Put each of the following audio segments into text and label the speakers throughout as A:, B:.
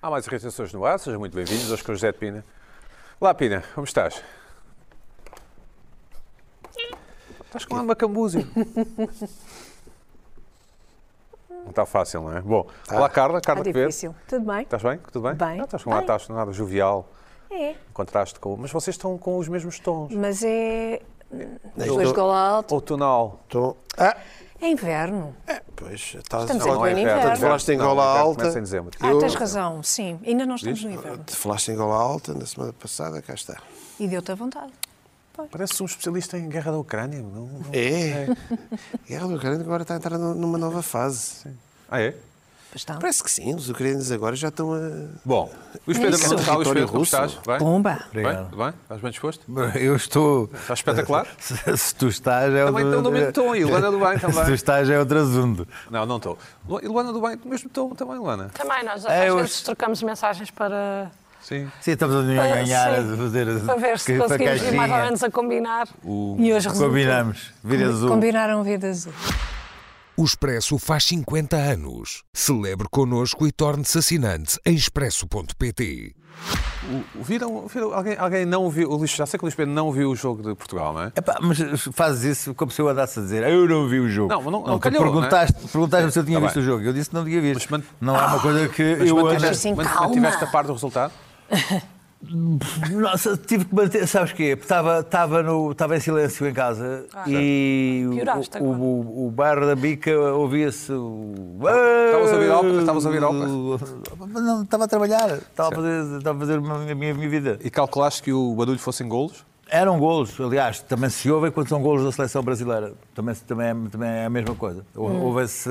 A: Há mais retenções no ar, sejam muito bem-vindos hoje com o José de Pina. Olá, Pina, como estás? Estás com uma cambúzia. Não está fácil, não é? Bom, olá Carla, Carla
B: Está
A: Quevedo.
B: É difícil. Tudo bem?
A: Estás bem? Tudo Tá bem?
B: Bem.
A: Ah, estás com um ar,
B: Bem.
A: estás com um ar jovial,
B: É.
A: em contraste com... Mas vocês estão com os mesmos tons.
B: Mas é.
C: estou-
B: Dois gola alto.
A: Outonal.
C: Estou. Ah,
B: É inverno.
C: pois, estás
B: Estamos
C: a
B: em pleno inverno.
C: Portanto, falaste em
A: Não,
C: gola
A: inverno
C: alta.
A: Começa em dezembro.
B: Ah, tens razão, sim. Ainda não estamos no inverno.
C: Te falaste em gola alta na semana passada, cá está.
B: E deu-te a vontade.
A: Parece um especialista em guerra da Ucrânia. Não, não-
C: É. A guerra do Ucrânia agora está a entrar nu- numa nova fase.
A: Ah, é?
B: Bastante.
C: Parece que sim, os ucranianos agora já estão a.
A: Bom, Luís Pedro
B: Isso.
A: Gonçalves, Luís Pedro, como
C: Russo.
A: estás? Bem?
B: Bomba.
A: Bem?
D: Obrigado.
A: Tudo bem? Estás bem disposto?
D: Eu estou.
A: Está espetacular?
D: Se, se tu estás, é
A: Também um
D: outro-
A: estão do mesmo tom, e Luana do bem
D: Se tu
A: também.
D: estás, é outro assunto.
A: Não, não estou. Lu- E Luana do bem, do mesmo tom também, Luana.
E: Também, nós
D: É,
E: às
D: eu
E: vezes
D: acho-
E: trocamos mensagens para,
A: Sim.
D: Sim, estamos a
E: Ah,
D: ganhar,
E: sim.
D: a fazer.
E: para ver se
D: que- para
E: conseguimos ir mais ou
D: caixinha.
E: menos a combinar.
B: E hoje resultou.
D: Combinamos. Vir azul.
B: Combinaram vida azul.
F: O Expresso faz 50 anos. Celebre connosco e torne-se assinante em expresso.pt.
A: O- o- Viram, viram- alguém, alguém não viu, o Luís, já sei que o Luís Pedro não viu o jogo de Portugal, não é?
D: Epá, mas fazes isso como se eu andasse a dizer eu não vi o jogo.
A: Não, mas não- não
D: tu
A: calhou,
D: perguntaste, perguntaste-me se eu tinha
A: Tá
D: visto
A: bem.
D: o jogo. Eu disse que não tinha visto.
A: Mas man-
D: Não é uma coisa que
A: Mas
D: eu ando-
A: mantiveste,
B: assim,
A: man-
B: calma.
A: mantiveste a par do resultado?
D: Nossa, tive que manter, sabes quê? Estava, estava, no, estava em silêncio em casa e o-
E: Ah. Pioraste
D: o,
E: agora.
D: o, o bar da bica ouvia-se o.
A: Estavas a ouvir ópera? Estavas a ouvir
D: Mas Não, estava a trabalhar, estava a fazer, estava a fazer a minha, a minha vida.
A: E calculaste que o barulho fossem golos?
D: Eram golos, aliás, também se ouvem quando são golos da seleção brasileira. Também, se- também, é, também é a mesma coisa. Ou-
E: Hum.
D: Ouvem-se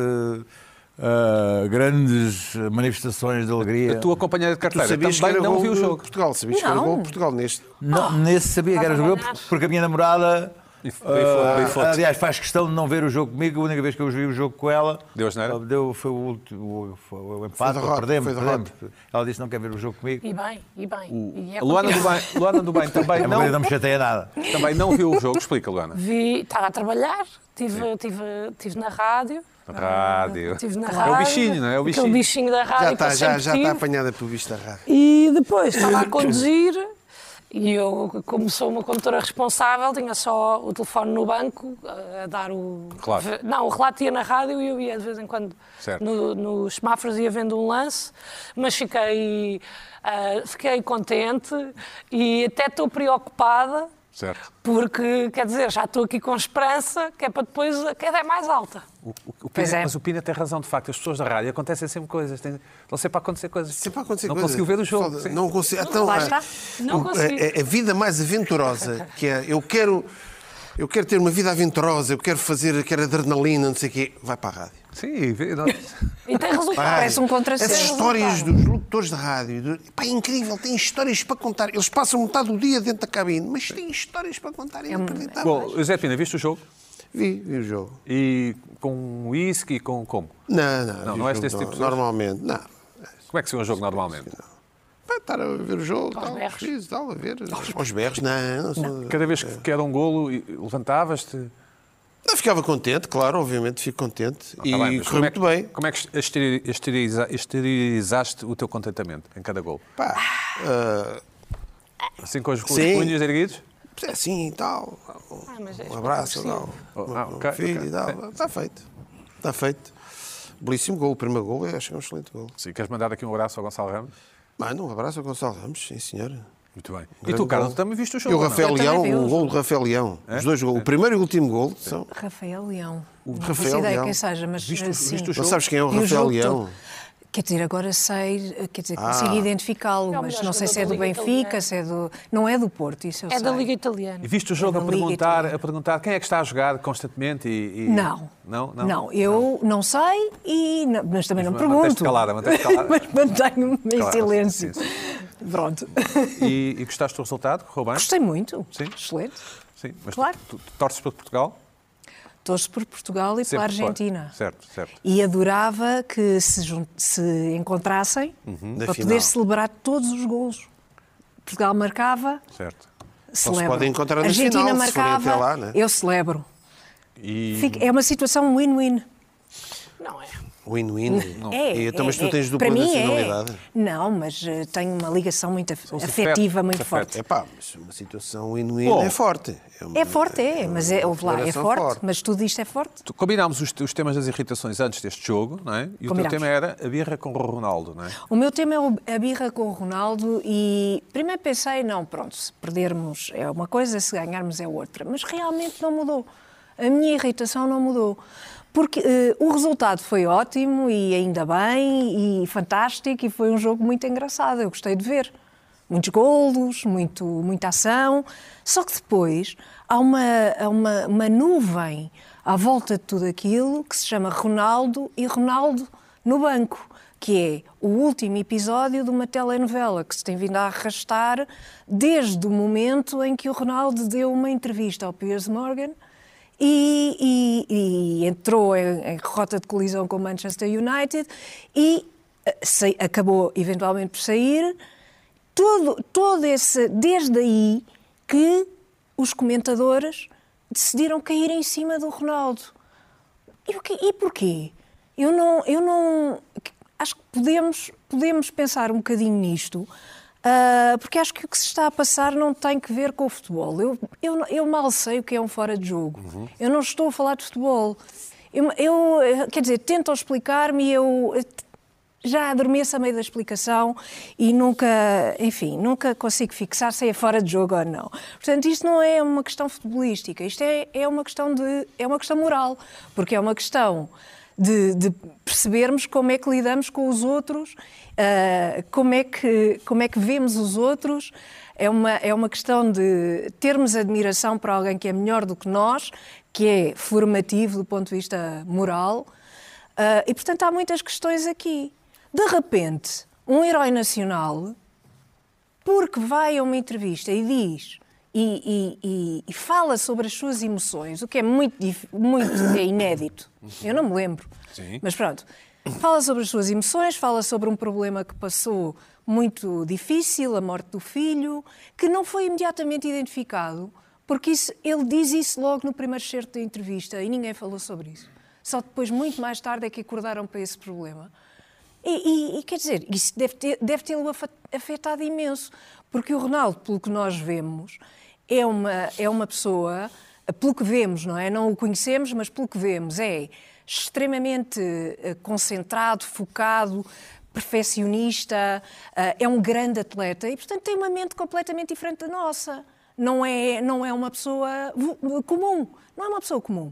D: ah, grandes manifestações de alegria.
A: A tua companheira de
C: Tu
A: carteira
C: sabias que
A: também
C: era
A: não
C: gol
A: viu o
C: de
A: jogo.
C: Portugal, sabias que era
B: Não.
C: gol de Portugal neste.
D: Não, nesse sabia que era
E: Estava a
D: jogou
E: ganhar.
D: porque a minha namorada.
A: E f- e foi-
D: ah,
A: e foi-te.
D: aliás, faz questão de não ver o jogo comigo. A única vez que eu vi o jogo com ela.
A: Deu asneira?
D: ah, Deu, foi o último. Foi o empate.
C: derrota,
D: perdemos,
C: foi derrota.
D: perdemos. Ela disse que não quer ver o jogo comigo.
E: E bem, e bem. E é
A: A Luana do
E: complicado.
A: bem, Luana do bem também,
C: É
D: A não. não
A: não,
D: me chateia nada.
A: também não viu o jogo. Explica, Luana.
E: Vi, estava a trabalhar, estive tive, tive na rádio.
A: Na rádio.
E: Estive Ah, na
A: É o
E: rádio.
A: bichinho, não é? É o bichinho.
E: Aquele bichinho da rádio.
C: Já
E: que eu
C: está, já, tá
E: sempre
C: já está
E: tive.
C: apanhada pelo bicho da rádio.
E: E depois estava a conduzir e eu, como sou uma condutora responsável, tinha só o telefone no banco eh, a dar o.
A: Relato.
E: ve- Não, o relato ia na rádio e eu ia de vez em quando
A: Certo.
E: no- nos semáforos ia vendo um lance, mas fiquei, ah, fiquei contente e até estou preocupada.
A: Certo.
E: Porque, quer dizer, já estou aqui com esperança, que é para depois a queda é mais alta.
A: O, o- o
B: Pois
A: Pina-
B: é.
A: Mas o Pina tem razão, de facto. As pessoas da rádio acontecem sempre coisas. Tem, estão sempre a acontecer coisas.
C: Sempre a acontecer
A: não
C: coisas.
A: conseguiu ver o jogo.
C: Foda-
A: sim.
C: Não consigo. Então,
B: lá
C: a-
B: está.
E: Não
C: o-
A: é,
C: é,
E: consigo.
C: a, a vida mais aventurosa, que é eu quero, eu quero ter uma vida aventurosa, eu quero fazer, eu quero adrenalina, não sei o quê, vai para a rádio.
A: Sim, vê- não-
E: E tem
C: Para a
E: resultado.
B: Parece um
C: rádio.
B: contrassenso.
C: As histórias dos locutores de rádio, do... Pá, é incrível, têm histórias para contar. Eles passam metade do dia dentro da cabine, mas têm histórias para contar, é
A: Bom,
C: inacreditável.
A: José Pina, viste o jogo?
C: Vi, vi o jogo.
A: E com whisky, com como?
C: Não, não,
A: Não,
C: vi
A: não
C: o
A: és
C: jogo,
A: desse tipo de pessoas?
C: Normalmente, não.
A: Como é que se vê um jogo normalmente?
C: Vai estar a ver o jogo,
E: Aos
C: tal,
E: berros.
C: feliz, tal, a ver. Aos berros, não, não, sou-
A: Cada vez que era um golo, e- levantavas-te?
C: Não, ficava contente, claro, obviamente fico contente.
A: Tá bem,
C: e
A: mas
C: correu
A: como é que-
C: muito bem.
A: Como é que esteri- exterioriza- exteriorizaste o teu contentamento em cada golo?
C: Pá, ah,
A: Assim com os, com os
C: Sim.
A: punhos erguidos?
C: é assim e tal.
B: Ah,
E: mas é
C: Um abraço, tal.
A: Oh,
C: Um,
A: ah,
C: um
A: ok,
C: filho
A: ok.
C: e tal. Está feito. Está feito. Belíssimo gol. O primeiro gol, eu acho que é um excelente gol.
A: Sim, queres mandar aqui um abraço ao Gonçalo Ramos?
C: Mano, um abraço ao Gonçalo Ramos, sim, senhora.
A: Muito bem. E
C: Um Grande
A: tu, Carlos,
C: gol.
A: também viste o
C: E
A: jogo?
C: o
A: ou não? é?
C: Rafael
B: também
C: Leão,
B: vi o
C: o gol do Rafael Leão. Os dois gols. O primeiro e o último
A: É.
C: gol são.
B: Rafael Leão. Não
C: Rafael
B: faço ideia
C: Leão.
B: quem seja, mas
A: Viste o-
B: assim.
A: viste o
C: Não sabes quem é o
B: E
C: Rafael
B: jogo
C: Leão?
B: todo. Quer dizer, agora sei, eh, quer dizer,
C: Ah.
B: consegui identificá-lo,
E: É o
B: mas
E: melhor
B: não sei se é do
E: jogador da Liga
B: Benfica,
E: Italiana.
B: se é do. Não é do Porto, isso eu sei.
E: É da Liga Italiana.
A: E viste o jogo a
B: Liga e
A: perguntar,
B: tudo.
A: a perguntar quem é que está a jogar constantemente e... e-
B: Não.
A: Não?
B: Não, eu não, sei, e não- mas também não
A: Mas
B: pergunto.
A: manteste calada, manteste calada.
B: mas mantenho-me em
A: Claro,
B: silêncio.
A: sim,
B: Pronto.
A: E, e gostaste do resultado? Correu bem?
B: Gostei muito.
A: Sim.
B: Excelente.
A: Sim. Mas
B: Claro.
A: tu, tu torces para Portugal?
B: Torço por Portugal e pela
A: Sempre foi.
B: Argentina.
A: Certo, certo.
B: E adorava que se, jun- se encontrassem
A: Uhum.
C: Na
B: para
C: final.
B: poder celebrar todos os gols. Portugal marcava,
A: Certo.
B: celebro.
C: podem encontrar na
B: Argentina
C: final, se forem
B: marcava,
C: até lá, né?
B: eu celebro.
A: E
B: Fica- é uma situação win-win.
E: Não é.
C: Win-win.
B: É,
C: E, então,
B: é,
C: mas tu
B: é.
C: tens dupla
B: Para mim
C: nacionalidade?
B: É. Não, mas eh, tenho uma ligação muito af-
A: se
B: afetiva,
A: afeta,
B: muito
A: se afeta.
B: forte.
C: Epá, mas uma situação win-win
A: Bom.
C: é forte. uma-
B: É forte, é, mas é, ouve lá, é
C: declaração
B: forte,
C: forte.
B: mas tudo isto é forte.
A: Tu- Combinámos os, os temas das irritações antes deste jogo, não é? E o teu
B: Combinámos.
A: tema era a birra com o Ronaldo, não é?
B: O meu tema é o- a birra com o Ronaldo e primeiro pensei, não, pronto, se perdermos é uma coisa, se ganharmos é outra. Mas realmente não mudou. A minha irritação não mudou. Porque eh, o resultado foi ótimo e ainda bem e fantástico e foi um jogo muito engraçado, eu gostei de ver. Muitos golos, muito, muita ação. Só que depois há, uma, há uma, uma nuvem à volta de tudo aquilo que se chama Ronaldo e Ronaldo no banco, que é o último episódio de uma telenovela que se tem vindo a arrastar desde o momento em que o Ronaldo deu uma entrevista ao Piers Morgan e, e- e entrou em, em rota de colisão com o Manchester United e eh, sai- acabou eventualmente por sair todo, todo esse. Desde aí que os comentadores decidiram cair em cima do Ronaldo. E, o quê- e porquê? Eu não, eu não. Acho que podemos, podemos pensar um bocadinho nisto, ah, porque acho que o que se está a passar não tem que ver com o futebol. Eu, eu, não- eu mal sei o que é um fora de jogo. Eu não estou a falar de futebol. Eu, eu, eh, quer dizer, tentam explicar-me e eu eh, já adormeço a meio da explicação e nunca, enfim, nunca consigo fixar se é fora de jogo ou não. Portanto, isto não é uma questão futebolística, isto é, é uma questão de é uma questão moral, porque é uma questão de, de percebermos como é que lidamos com os outros, ah, como é que como é que vemos os outros. É uma, é uma questão de termos admiração para alguém que é melhor do que nós, que é formativo do ponto de vista moral. Ah, e, portanto, há muitas questões aqui. De repente, um herói nacional, porque vai a uma entrevista e diz. E, e- e- e fala sobre as suas emoções, o que é muito, dif- muito é inédito. Eu não me lembro.
A: Sim.
B: Mas pronto. Fala sobre as suas emoções, fala sobre um problema que passou muito difícil, a morte do filho, que não foi imediatamente identificado, porque isso- ele diz isso logo no primeiro certo da entrevista e ninguém falou sobre isso. Só depois, muito mais tarde, é que acordaram para esse problema. E, e- e, quer dizer, isso deve ter- deve tê-lo afa- afetado imenso, porque o Ronaldo, pelo que nós vemos, é uma, é uma pessoa, pelo que vemos, não é? Não o conhecemos, mas pelo que vemos, é extremamente eh, concentrado, focado, perfeccionista, eh, é um grande atleta e, portanto, tem uma mente completamente diferente da nossa. Não é, não é uma pessoa vo- comum, não é uma pessoa comum.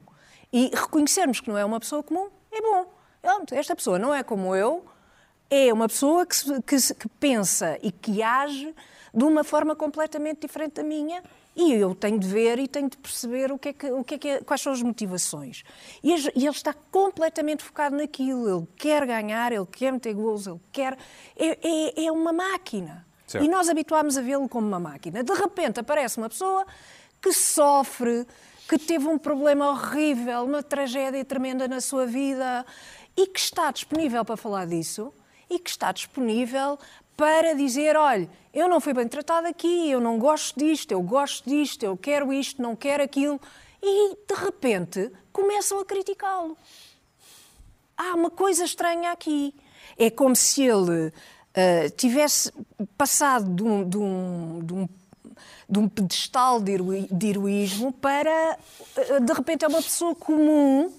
B: E reconhecermos que não é uma pessoa comum é bom. Pronto, esta pessoa não é como eu, é uma pessoa que, se- que se- que pensa e que age de uma forma completamente diferente da minha e eu tenho de ver e tenho de perceber o que é que, o que é que é- quais são as motivações. E, as- e ele está completamente focado naquilo, ele quer ganhar, ele quer meter gols, ele quer... É, é- é uma máquina.
A: Certo.
B: E nós habituámos a vê-lo como uma máquina. De repente aparece uma pessoa que sofre, que teve um problema horrível, uma tragédia tremenda na sua vida e que está disponível para falar disso e que está disponível para dizer: olha, eu não fui bem tratado aqui, eu não gosto disto, eu gosto disto, eu quero isto, não quero aquilo. E de repente começam a criticá-lo há uma coisa estranha aqui. É como se ele ah, tivesse passado de um, de um- de um- de um pedestal de, heroi- de heroísmo para, ah, de repente, é uma pessoa comum,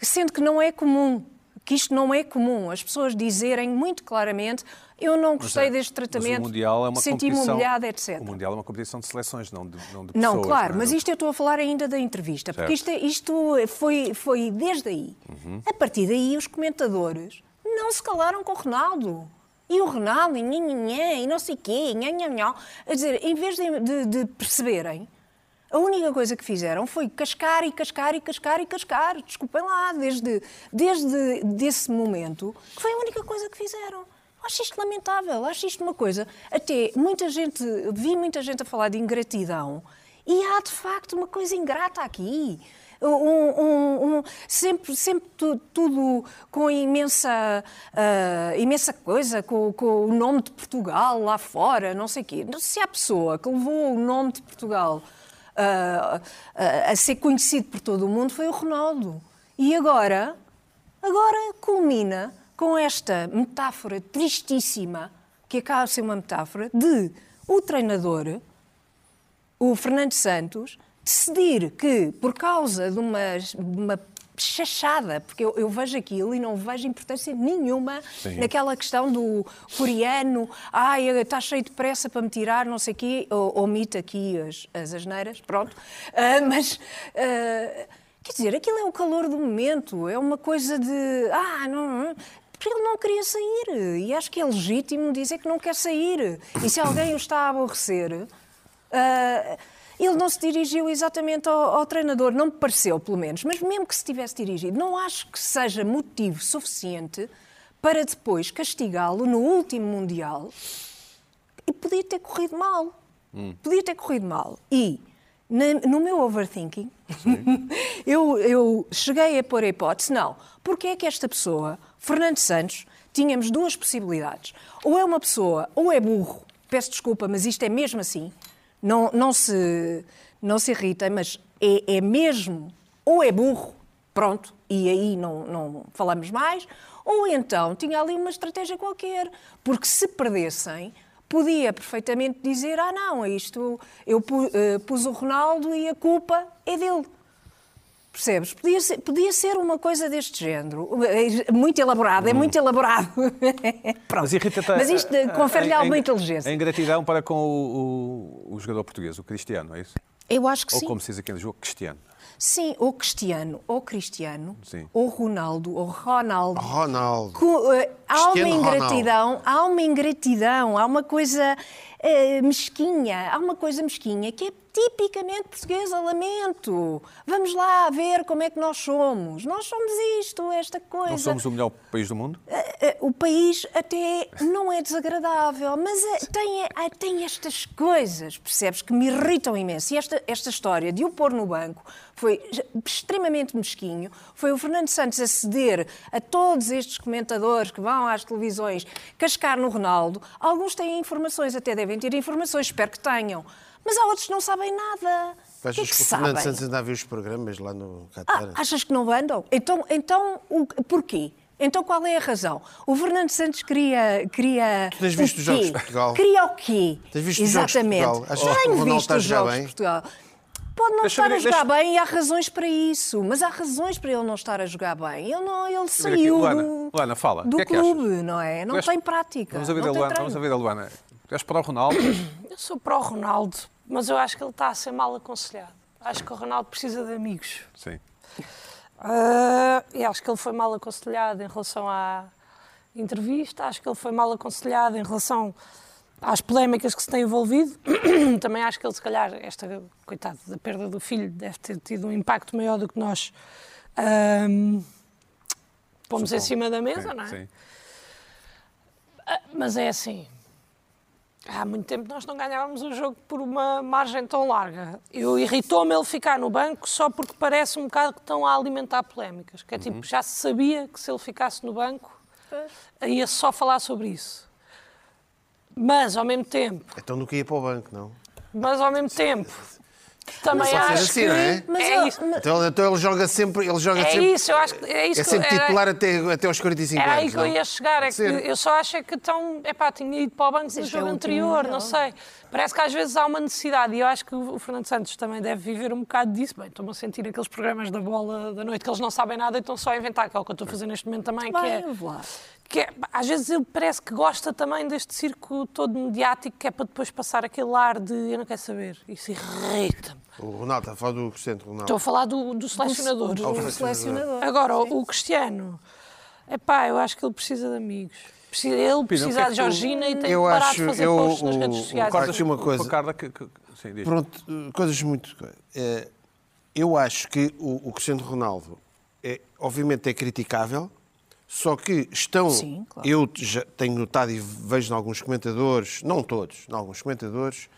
B: sendo que não é comum, que isto não é comum. As pessoas dizerem muito claramente: Eu não gostei deste
A: Mas
B: tratamento,
A: o Mundial é uma
B: senti-me
A: competição...
B: humilhada, etc.
A: O Mundial é uma competição de seleções, não de, não de pessoas.
B: Não, claro,
A: é?
B: mas isto eu estou a falar ainda da entrevista, porque isto, isto foi, foi desde aí. A partir daí, os comentadores não se calaram com o Ronaldo. E o Ronaldo, e, nhan, nhan, nhan, e não sei o quê, e nhan, nhan, nhan. A dizer, em vez de, de- de perceberem, a única coisa que fizeram foi cascar e cascar e cascar e cascar. Desculpem lá, desde, desde desse momento, que foi a única coisa que fizeram. Acho isto lamentável, acho isto uma coisa. Até muita gente, vi muita gente a falar de ingratidão e há de facto uma coisa ingrata aqui. Um- um- um- sempre sempre tu- tudo com imensa, ah, imensa coisa, com, com o nome de Portugal lá fora, não sei o quê. Não sei se há pessoa que levou o nome de Portugal ah, ah, a ser conhecido por todo o mundo foi o Ronaldo. E agora Agora culmina com esta metáfora tristíssima, que acaba de ser uma metáfora, de o treinador, o Fernando Santos, decidir que, por causa de uma, uma chachada, porque eu, eu vejo aquilo e não vejo importância nenhuma naquela questão do coreano, ai, está cheio de pressa para me tirar, não sei o quê, o- omito aqui as, as asneiras, pronto. Ah, mas, ah, quer dizer, aquilo é o calor do momento, é uma coisa de, ah, não... não", Porque ele não queria sair e acho que é legítimo dizer que não quer sair. E se alguém o está a aborrecer, ah, ele não se dirigiu exatamente ao, ao treinador, não me pareceu, pelo menos, mas mesmo que se tivesse dirigido, não acho que seja motivo suficiente para depois castigá-lo no último Mundial. E podia ter corrido mal. Podia ter corrido mal. E, na- no meu overthinking, eu, eu cheguei a pôr a hipótese: não, porque é que esta pessoa, Fernando Santos, tínhamos duas possibilidades. Ou é uma pessoa, ou é burro. Peço desculpa, mas isto é mesmo assim. Não, não, se, não se irritem, mas é, é mesmo, ou é burro, pronto, e aí não, não falamos mais, ou então tinha ali uma estratégia qualquer, porque se perdessem, podia perfeitamente dizer: ah, não, isto eu pu- eh, pus o Ronaldo e a culpa é dele. Percebes? Podia ser, podia ser uma coisa deste género. É Muito elaborado,
A: Hum.
B: é muito elaborado. Pronto.
A: Mas irrita-te. a-
B: é Mas isto eh,
A: a- a-
B: confere-lhe
A: a- a-
B: alguma inteligência.
A: A ingratidão para com o, o- o jogador português, o Cristiano, é isso?
B: Eu acho que
A: Ou
B: sim.
A: como se diz aqui no jogo, Cristiano.
B: Sim, ou Cristiano, ou Cristiano,
A: Sim.
B: ou Ronaldo, ou Ronaldo.
C: Ronaldo.
B: Co- eh, há uma
C: Cristiano
B: ingratidão, há uma ingratidão, há uma coisa eh, mesquinha, há uma coisa mesquinha que é tipicamente portuguesa, lamento. Vamos lá ver como é que nós somos. Nós somos isto, esta coisa.
A: Não somos o melhor país do mundo?
B: Eh, o país até não é desagradável, mas eh, tem, eh, tem estas coisas, percebes, que me irritam imenso. E esta, esta história de o pôr no banco foi extremamente mesquinho. Foi o Fernando Santos a ceder a todos estes comentadores que vão às televisões cascar no Ronaldo. Alguns têm informações, até devem ter informações, espero que tenham. Mas há outros que não sabem nada. O que é
C: Vejas
B: que
C: que o Fernando
B: sabem?
C: Santos ainda viu os programas lá no Qatar.
B: Ah, achas que não andam? Então, então o, porquê? Então qual é a razão? O Fernando Santos queria. queria
C: Tu tens
B: o
C: visto os Jogos
B: quê?
C: de Portugal?
B: Queria o quê?
C: Tens visto os Jogos de
B: Exatamente.
C: Portugal? Achas que o
B: Tenho
C: Ronaldo
B: visto
C: está
B: os
C: já
B: Jogos
C: bem?
B: de Portugal. Pode não
A: Deixa eu
B: estar a
A: ver-
B: jogar
A: deixa-
B: bem e há razões para isso, mas há razões para ele não estar a jogar bem. Ele, não, ele
A: ver aqui.
B: saiu
A: Luana,
B: do,
A: Luana, fala. O
B: do
A: que é que
B: clube, não é? Não
A: Tu és-
B: tem prática.
A: Vamos a ver a
B: não tem
A: Luana.
B: treino.
A: Vamos a ver a Luana. Tu és para o Ronaldo?
E: Eu sou pró Ronaldo, mas eu acho que ele está a ser mal aconselhado. Acho que o Ronaldo precisa de amigos.
A: Sim.
E: Ah, e acho que ele foi mal aconselhado em relação à entrevista, acho que ele foi mal aconselhado em relação às polémicas que se tem envolvido. Também acho que ele, se calhar, esta, coitado, da perda do filho, deve ter tido um impacto maior do que nós ahm, pomos em cima da mesa,
A: Sim,
E: não é?
A: sim.
E: Mas é assim. Há muito tempo nós não ganhávamos um jogo por uma margem tão larga. Eu irritou-me ele ficar no banco só porque parece um bocado que estão a alimentar polémicas. Que é
C: Uhum.
E: tipo, já se sabia que se ele ficasse no banco ia só falar sobre isso. Mas ao mesmo
B: ah.
E: tempo,
C: Então nunca ia para o banco, não?
E: mas ao mesmo tempo, também
C: Só ser
E: acho
C: assim,
E: que
C: não é?
B: Mas
E: é
B: eu-
E: isso.
B: mas-
C: Então, ele- então ele joga sempre. Ele joga
E: é
C: sempre,
E: isso, eu acho que é isso
C: é
E: que
C: sempre
E: era-
C: titular até, até aos 45
E: Era
C: anos.
E: aí que eu
C: não?
E: ia chegar, é que
C: Ser.
E: eu só acho é que estão. Epá, tinha ido para o banco no
B: Este é o
E: jogo
B: último
E: anterior,
B: Mundial.
E: não sei. Parece que às vezes há uma necessidade e eu acho que o Fernando Santos também deve viver um bocado disso. Bem, estou-me a sentir aqueles programas da bola da noite que eles não sabem nada e estão só a inventar, que é o que eu estou a fazer neste momento também, que é.
B: Bem, Vlad.
E: Que é- às vezes ele parece que gosta também deste circo todo mediático que é para depois passar aquele ar de eu não quero saber. Isso irrita-me.
C: O Ronaldo, está a falar do Cristiano Ronaldo.
E: Estou a falar do, do selecionador.
B: O selecionador.
E: Agora, o o Cristiano, epá, eu acho que ele precisa de amigos. Precisa- ele precisa
A: que é
E: de
A: que tu-
E: Georgina e tem
C: Eu
E: que parar
C: acho-
E: de fazer
C: eu-
E: posts nas
C: o-
E: redes
C: o
E: sociais.
C: Cortes tinha uma coisa.
A: Com a Carla que... que- Sim, diz.
C: Pronto, eh, coisas muito. co- eh, Eu acho que o, o Cristiano Ronaldo, é, obviamente, é criticável, só que estão.
B: Sim, claro.
C: Eu já tenho notado e vejo em alguns comentadores, não todos, em alguns comentadores,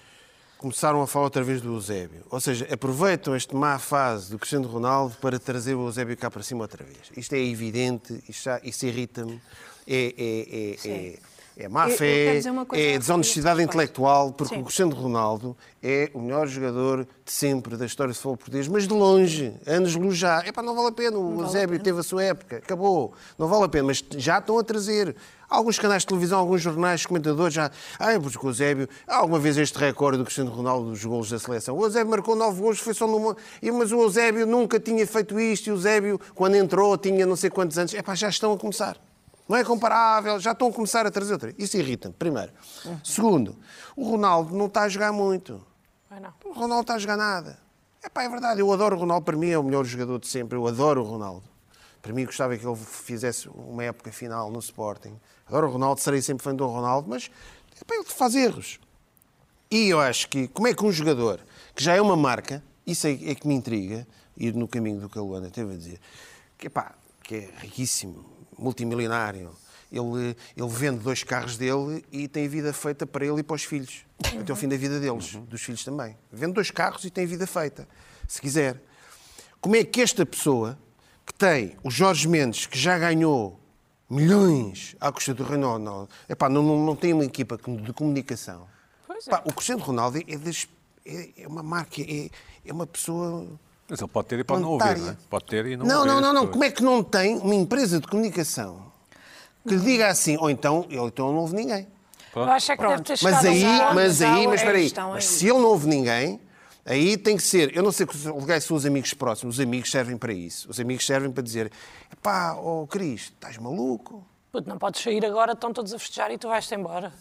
C: começaram a falar outra vez do Eusébio. Ou seja, aproveitam esta má fase do Cristiano Ronaldo para trazer o Eusébio cá para cima outra vez. Isto é evidente, isto, já- isto irrita-me. É, é- é- é- É má
B: Eu- eu quero
C: fé,
B: dizer uma coisa
C: é
B: rápida.
C: desonestidade intelectual, porque
B: Sim.
C: o Cristiano Ronaldo é o melhor jogador de sempre da história do futebol português, mas de longe, anos-luz já. É não vale a pena, o Eusébio teve a sua época, acabou, não vale a pena, mas já estão a trazer. Alguns canais de televisão, alguns jornais, comentadores já. Ah, porque o Eusébio, alguma vez este recorde do Cristiano Ronaldo dos golos da seleção. O Eusébio marcou nove golos, foi só numa. E, Mas o Eusébio nunca tinha feito isto, e o Eusébio, quando entrou, tinha não sei quantos anos. É pá, já estão a começar. Não é comparável, já estão a começar a trazer outra. Isso irrita-me, primeiro. Segundo, o Ronaldo não está a jogar muito.
E: Vai não.
C: O Ronaldo não está a jogar nada. É pá, é verdade, eu adoro o Ronaldo, para mim é o melhor jogador de sempre, eu adoro o Ronaldo. Para mim gostava que ele fizesse uma época final no Sporting. Adoro o Ronaldo, serei sempre fã do Ronaldo, mas é pá, ele faz erros. E eu acho que, como é que um jogador que já é uma marca, isso é, é que me intriga, ir no caminho do que a Luana teve a dizer, que, pá, que é riquíssimo, multimilionário, ele, ele vende dois carros dele e tem vida feita para ele e para os filhos, até o fim da vida deles, dos filhos também. Vende dois carros e tem vida feita, se quiser. Como é que esta pessoa, que tem o Jorge Mendes, que já ganhou milhões à custa do Renault, não, epá, não, não, não tem uma equipa de comunicação,
E: Pois é.
C: Pá, o Cristiano Ronaldo é, das- é- é uma marca, é, é uma pessoa.
A: Mas ele pode ter e pode não ouvir,
C: planetária.
A: não é? Pode ter e não
C: Não,
A: ouvir.
C: não, não, não. Como é que não tem uma empresa de comunicação que lhe diga assim, ou então, ele então não houve ninguém.
E: Eu acho é que deve ter
C: Mas
E: chegado
C: aí,
E: a um ponto-
C: mas aí,
B: há-
C: mas espera
B: é,
C: aí.
B: estão
C: Mas
B: aí.
C: se ele não houve ninguém, aí tem que ser. Eu não sei que os legais são os amigos próximos, os amigos servem para isso. Os amigos servem para dizer: pá, ó Cris, estás maluco?
E: Puto, não podes sair agora, estão todos a festejar e tu vais-te embora.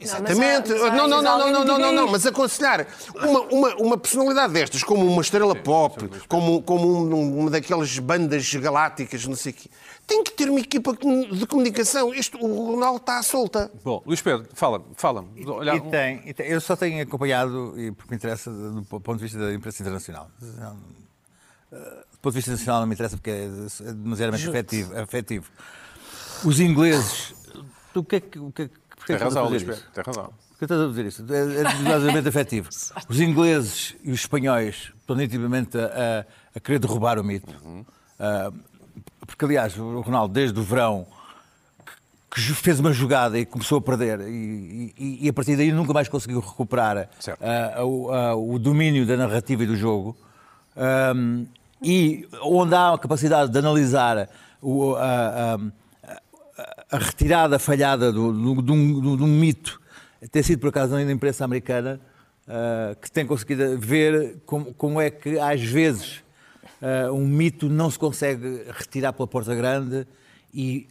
C: Exatamente.
B: mas há- mas
C: Não, não,
B: há-
E: mas
C: não, não,
E: alguém
C: não,
E: me
C: não,
E: diga
C: não, não,
E: isto.
C: mas aconselhar uma, uma, uma personalidade destas, como uma estrela pop, como, como um- uma daquelas bandas galácticas, não sei o quê, tem que ter uma equipa de comunicação. Este, o Ronaldo está à solta.
A: Bom, Luís Pedro, fala-me, fala-me. Olha, um-
D: E tem, e tem. Eu só tenho acompanhado, e porque me interessa do po- ponto de vista da imprensa internacional. Não, eh, Do ponto de vista nacional não me interessa porque é é demasiadamente afetivo. afetivo. Os ingleses, o que é que. O que, é que- porque
A: tem
D: é que estás a
A: razão, Luís
D: fazer
A: Pedro,
D: isso?
A: tem razão.
D: Por que estás a dizer isso? É, é demasiadamente afetivo. Os ingleses e os espanhóis estão nitidamente a, a- a querer derrubar o mito. Ah, porque, aliás, o Ronaldo, desde o verão, que ju- fez uma jogada e começou a perder e, e- e a partir daí nunca mais conseguiu recuperar
A: Certo.
D: ah, o- ah, o domínio da narrativa e do jogo Ahm, e onde há a capacidade de analisar o- a, a- a retirada falhada do- do- de um, de um- de um mito tem sido por acaso na imprensa americana ah, que tem conseguido ver como, como é que às vezes ah, um mito não se consegue retirar pela porta grande e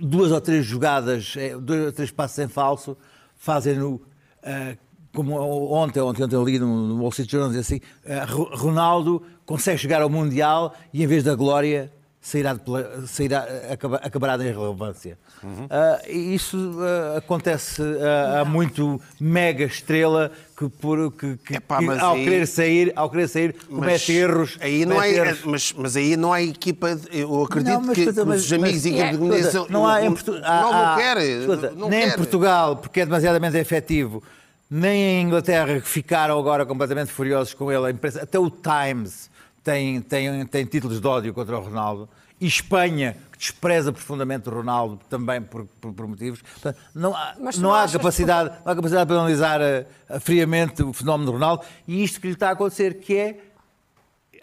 D: duas ou três jogadas, eh, dois ou três passos em falso, fazem-no. ah, como ontem, ontem, ontem ali no no Wall Street Journal, dizia assim: ah, Ro- Ronaldo consegue chegar ao Mundial e em vez da glória sairá, de pela- sairá acaba- acabará da irrelevância.
C: Uhum.
D: Ah, e isso ah, acontece ah, há muito mega estrela que, por, que, que-
C: Epá,
D: que
C: mas
D: ao,
C: aí-
D: querer sair, ao querer sair comete erros.
C: Aí não é, há,
D: comete erros.
C: mas, mas aí não há equipa. de- eu acredito
D: Não, mas,
C: que,
D: escuta,
C: que
D: mas-
C: os amigos
D: mas-
C: e a equipa de
D: escuta,
C: comunicação.
D: Não há em
C: não,
D: Portugal.
C: não quer. eh, não
D: nem em
C: quer.
D: Portugal, porque é demasiadamente efetivo, nem em Inglaterra, que ficaram agora completamente furiosos com ele. A imprensa- até o Times tem, tem, tem títulos de ódio contra o Ronaldo. E Espanha, que despreza profundamente o Ronaldo, também por, por- por motivos. Portanto, não há,
E: Mas tu
D: não
E: não
D: há
E: achas que-
D: capacidade, não há capacidade para analisar eh, friamente o fenómeno do Ronaldo. E isto que lhe está a acontecer, que é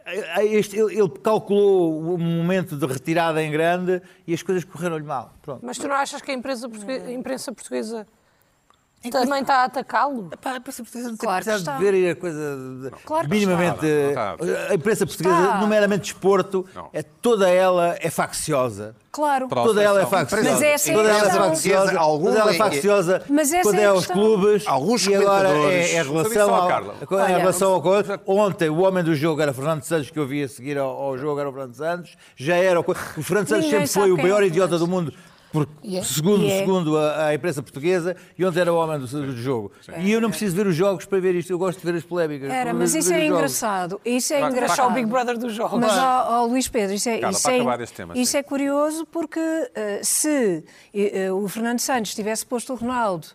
D: a- a É, este- ele, ele calculou o momento de retirada em grande e as coisas correram-lhe mal. Pronto.
E: Mas tu não É achas que a, empresa portugue- a imprensa portuguesa também está a atacá-lo?
D: Pá, para certeza não
B: Claro que
D: precisar
B: está.
D: de ver a coisa de-
B: Claro que
D: minimamente.
A: está. Não
D: eh, A imprensa portuguesa,
B: Está.
D: nomeadamente desporto,
A: Não.
D: é, toda ela é facciosa.
B: Claro.
A: Pró-
D: Toda ela é
A: Mas
D: facciosa.
B: essa é a
D: toda ela é
B: questão.
D: facciosa.
C: Alguma
D: Toda ela é
C: é-
D: facciosa.
B: Mas essa
D: quando
B: é
D: é,
B: a
D: aos
B: questão.
D: clubes.
C: Alguns
D: e agora
C: comentadores.
D: é, é em
A: Só diz
D: relação,
A: só,
D: ao,
A: Carla.
D: em
B: Olha,
D: relação ao coisa. Ontem, o homem do jogo era Fernando Santos, que eu vi a seguir ao, ao jogo, era o Fernando Santos. Já era o. co- O Fernando Santos
B: Ninguém
D: sempre foi
B: sabe
D: o
B: quem é o
D: maior
B: Fernando
D: idiota do mundo. Porque,
E: E é.
D: segundo,
B: E é.
D: segundo a, a imprensa portuguesa, e ontem era o homem do, do jogo. E eu não preciso ver os jogos para ver isto, eu gosto de ver as polémicas.
B: Era,
D: de
B: mas
D: ver
B: isso
D: os
B: é
D: jogos.
B: engraçado. Isso é
A: Vai- vai-
E: Achar
B: engraçado.
E: o Big Brother dos jogos.
B: Mas, ó, ó, Luís Pedro, isso é,
A: Carla,
B: isso,
A: para
B: é,
A: acabar este tema,
B: isso
A: sim.
B: é curioso porque eh, se eh, eh, o Fernando Santos tivesse posto o Ronaldo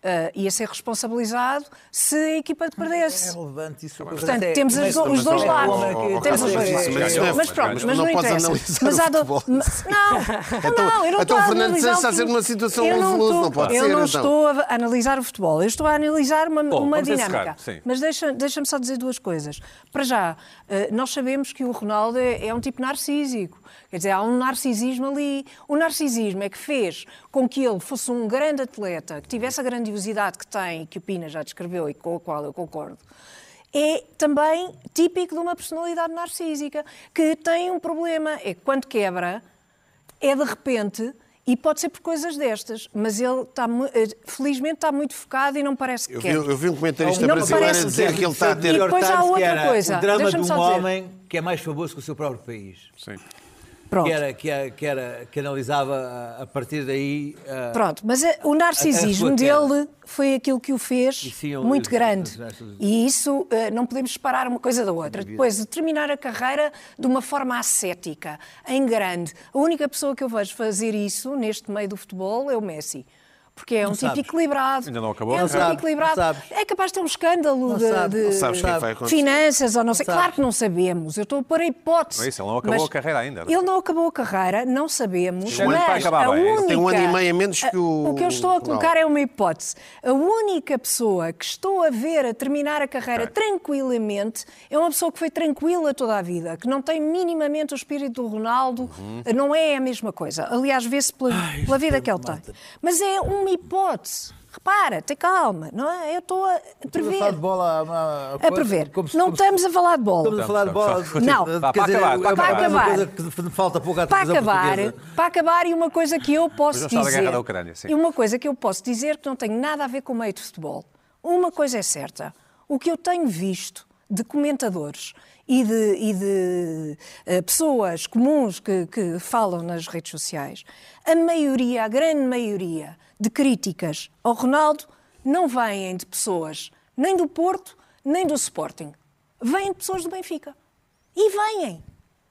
B: ah, ia ser responsabilizado se a equipa perdesse.
D: relevante isso. é
B: Portanto, temos as do- os dois
C: mas,
B: lados.
C: oh, oh, oh,
B: temos
C: Carlos,
B: os dois
C: mas
B: lados.
C: isso- mas isso não é-
B: Mas pronto,
C: mas
B: mas
C: não
B: não
C: podes
B: interessa.
C: analisar
B: Mas
C: o
B: há do-
C: futebol.
B: mas- Não, não, eu não
C: então
B: estou
C: o
B: a
C: Fernando Santos
B: analisar
C: está
B: o
C: a ser
B: futebol.
C: numa situação
B: Eu não
C: nebulosa,
B: estou-
C: não pode
B: Eu
C: ser,
B: não
C: então.
B: estou a analisar o futebol, eu estou a analisar uma,
A: Bom,
B: uma
A: vamos
B: dinâmica.
A: encerrar, sim.
B: Mas deixa- deixa-me só dizer duas coisas. Para já, eh, nós sabemos que o Ronaldo é, é um tipo narcísico. Quer dizer, há um narcisismo ali. O narcisismo é que fez com que ele fosse um grande atleta, que tivesse a grandiosidade que tem, que o Pina já descreveu e com a qual eu concordo. É também típico de uma personalidade narcísica, que tem um problema, é que quando quebra, é de repente e pode ser por coisas destas, mas ele está mu- eh, felizmente está muito focado e não parece que
C: Eu vi,
B: quer.
C: eu vi um comentarista
D: é
B: Não
C: brasileiro
B: parece
C: a dizer que ele está a ter.
B: E depois há outra coisa,
D: O drama de
B: deixa-me
D: um
B: só dizer.
D: homem que é mais famoso que o seu próprio país.
A: Sim.
B: Pronto,
D: Que, era, que, era, que, era, que analisava a- a partir daí. ah,
B: pronto. mas eh, o narcisismo
D: a sua
B: dele foi aquilo que o
D: E
B: fez
D: sim, ele-
B: muito
D: ele-
B: grande.
D: ele-
B: E isso eh, não podemos separar uma coisa da outra. Depois de terminar a carreira de uma forma ascética, em grande. A única pessoa que eu vejo fazer isso neste meio do futebol é o Messi. Porque é um tipo
D: sabes.
B: equilibrado.
A: Ainda não acabou a
B: É um tipo
D: carreira. Não
B: equilibrado.
D: sabes.
B: É capaz de ter um escândalo
D: Não
B: de-
D: sabes.
B: de-
D: Não
C: Sabes o que é que vai
D: Sabe.
C: acontecer?
B: Finanças ou não sei.
D: sabes.
B: Claro que não sabemos. Eu estou a pôr a hipótese.
A: Não é isso, ele não é? acabou
B: Mas
A: a carreira ainda.
B: Ele não acabou a carreira, não sabemos.
A: Tem um ano para
B: mas
A: acabar
B: a
D: é
A: bem,
B: única,
A: hein?
C: Tem um ano e meio a menos que o
B: O que eu estou a colocar é uma hipótese. A única pessoa que estou a ver a terminar a carreira
A: Ok.
B: tranquilamente é uma pessoa que foi tranquila toda a vida, que não tem minimamente o espírito do Ronaldo,
D: Uhum.
B: não é a mesma coisa. Aliás, vê-se pela, pela vida que ele tem. Mas é uma hipótese. Repara, tem calma, não é? Eu estou a prever.
D: falar de bola, uma-
B: A
D: coisa,
B: prever.
D: como se-
B: não
D: como se-
B: estamos a falar de bola.
D: Estamos a falar de bola.
B: Não.
A: Vá, para acabar, para
D: é uma
B: acabar.
D: coisa que falta pouco à
B: para
D: televisão
B: acabar,
D: portuguesa.
B: para acabar e uma coisa que eu posso
A: Mas não sabe a
B: dizer.
A: guerra da Ucrânia, sim.
B: E uma coisa que eu posso dizer que não tem nada a ver com o meio de futebol. Uma coisa é certa, o que eu tenho visto de comentadores e de, e de, eh, pessoas comuns que, que falam nas redes sociais, a maioria, a grande maioria de críticas ao Ronaldo não vêm de pessoas nem do Porto nem do Sporting. Vêm de pessoas do Benfica. E vêm.